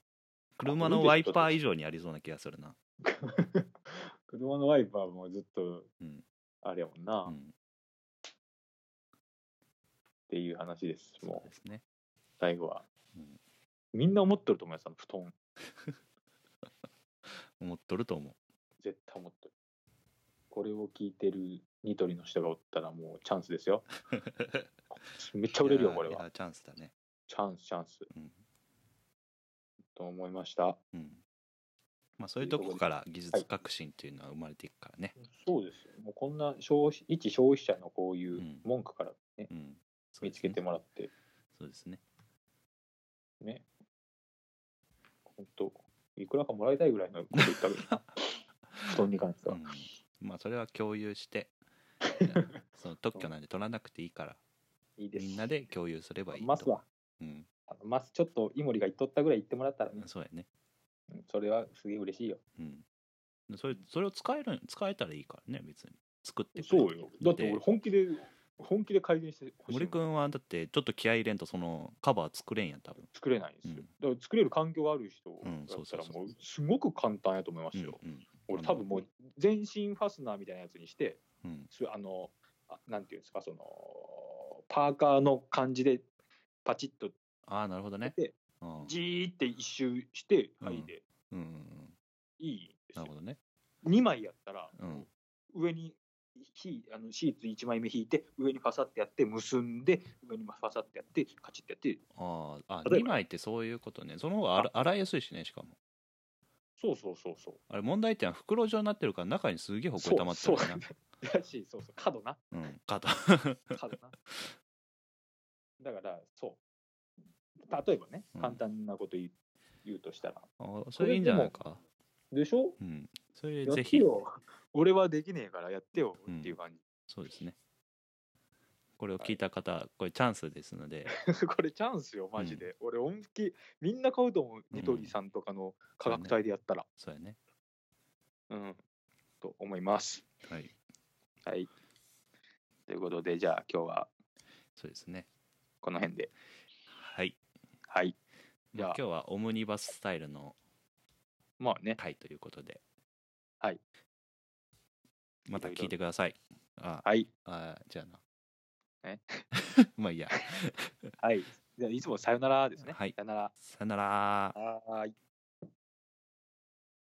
Speaker 2: 車のワイパー以上にありそうな気がするな
Speaker 1: [LAUGHS] 車のワイパーもずっと
Speaker 2: うん、
Speaker 1: あれやもんな、
Speaker 2: う
Speaker 1: っ
Speaker 2: ん、
Speaker 1: ていう話です
Speaker 2: そ
Speaker 1: も
Speaker 2: う
Speaker 1: う
Speaker 2: ですね
Speaker 1: 最後は、
Speaker 2: うん
Speaker 1: みんな思っとると思いますあの布団
Speaker 2: 思っとる
Speaker 1: [LAUGHS]
Speaker 2: と思う
Speaker 1: 絶対思っとるこれを聞いてるニトリの人がおったらもうチャンスですよめっちゃ売れるよこれ
Speaker 2: いやい
Speaker 1: は
Speaker 2: やチャンスだね
Speaker 1: チャンスチャンス
Speaker 2: うん、
Speaker 1: と思いました
Speaker 2: うん、まあそういうとこから技術革新っていうのは生まれていくからね、
Speaker 1: そうですよもうこんな消費一消費者のこういう
Speaker 2: うん
Speaker 1: 文句からね、
Speaker 2: うん
Speaker 1: 見つけてもらって
Speaker 2: そうですね
Speaker 1: ね本当いくらかもらいたいぐらいのこと言ったけど
Speaker 2: [LAUGHS]
Speaker 1: な布団に関して
Speaker 2: そう
Speaker 1: は、
Speaker 2: ですねうん、まあそれは共有して
Speaker 1: [LAUGHS]
Speaker 2: その特許なんで取らなくていいから
Speaker 1: いいです
Speaker 2: みんなで共有すればいいと
Speaker 1: ますわ
Speaker 2: うん、
Speaker 1: あのまずちょっとイモリが言っとったぐらい言ってもらったらね、
Speaker 2: そうやね、
Speaker 1: うんそれはすげえ嬉しいよ。
Speaker 2: うん、それそれを使える使えたらいいからね別に作ってくれて
Speaker 1: だって俺
Speaker 2: で
Speaker 1: 本気で、本気で改善してほしいもん。
Speaker 2: 森君はだってちょっと気合い入れんとそのカバー作れんやん多分
Speaker 1: 作れないんですよ。
Speaker 2: うん
Speaker 1: だから作れる環境がある人
Speaker 2: ん
Speaker 1: だ
Speaker 2: そう
Speaker 1: った
Speaker 2: そう
Speaker 1: ら
Speaker 2: そう
Speaker 1: もうすごく簡単やと思いますよ。
Speaker 2: うん
Speaker 1: 俺多分もう全身ファスナーみたいなやつにして、
Speaker 2: うんうん
Speaker 1: すあの、あなんていうんですか、その、パーカーの感じでパチッと
Speaker 2: ああなるほど
Speaker 1: や
Speaker 2: ね
Speaker 1: っ、て、
Speaker 2: うん
Speaker 1: じーって一周して、
Speaker 2: うん
Speaker 1: はいで、
Speaker 2: うんうんうん、
Speaker 1: いいんです
Speaker 2: な
Speaker 1: よ
Speaker 2: るほ。どね
Speaker 1: 2枚やったら、
Speaker 2: うん
Speaker 1: 上にひあのシーツ1枚目引いて上にパサってやって結んで上にパサってやってカチッてやって
Speaker 2: あーあ
Speaker 1: 例えば
Speaker 2: 2枚ってそういうことねその方が洗洗いやすいしねしかも
Speaker 1: そうそうそうそう
Speaker 2: あれ問題点は袋状になってるから中にすげえほこり溜まってるから
Speaker 1: そう
Speaker 2: な
Speaker 1: だしそうそう角
Speaker 2: [LAUGHS]
Speaker 1: な
Speaker 2: うん肩
Speaker 1: 角なだからそう例えばね
Speaker 2: うん
Speaker 1: 簡単なこと言う,、言うとしたら
Speaker 2: あそれいいんじゃないか
Speaker 1: でしょ
Speaker 2: うんそれ
Speaker 1: やっ
Speaker 2: ぜ
Speaker 1: て
Speaker 2: ひ
Speaker 1: よ俺はできねえからやってよ
Speaker 2: うん
Speaker 1: っていう感じ、
Speaker 2: そうですねこれを聞いた方、これチャンスです [LAUGHS] ので
Speaker 1: [LAUGHS] これチャンスよマジで、俺音符みんな買うと思うニトリさんとかの価格帯でやったら
Speaker 2: そうやね
Speaker 1: うん、と思います
Speaker 2: はい
Speaker 1: はい。ということで、じゃあ今日は
Speaker 2: そうですね
Speaker 1: この辺で。
Speaker 2: はい、
Speaker 1: はい。じゃ
Speaker 2: ま
Speaker 1: あ
Speaker 2: あ、今日はオムニバススタイルの
Speaker 1: まあね、
Speaker 2: 回ということで
Speaker 1: はい
Speaker 2: また聞いてくださいあ
Speaker 1: はい。
Speaker 2: あじゃあな
Speaker 1: え
Speaker 2: [LAUGHS] まあいいや
Speaker 1: はい。じゃあいつもさよならですね。
Speaker 2: はい
Speaker 1: さよなら。
Speaker 2: さよなら
Speaker 1: はーい。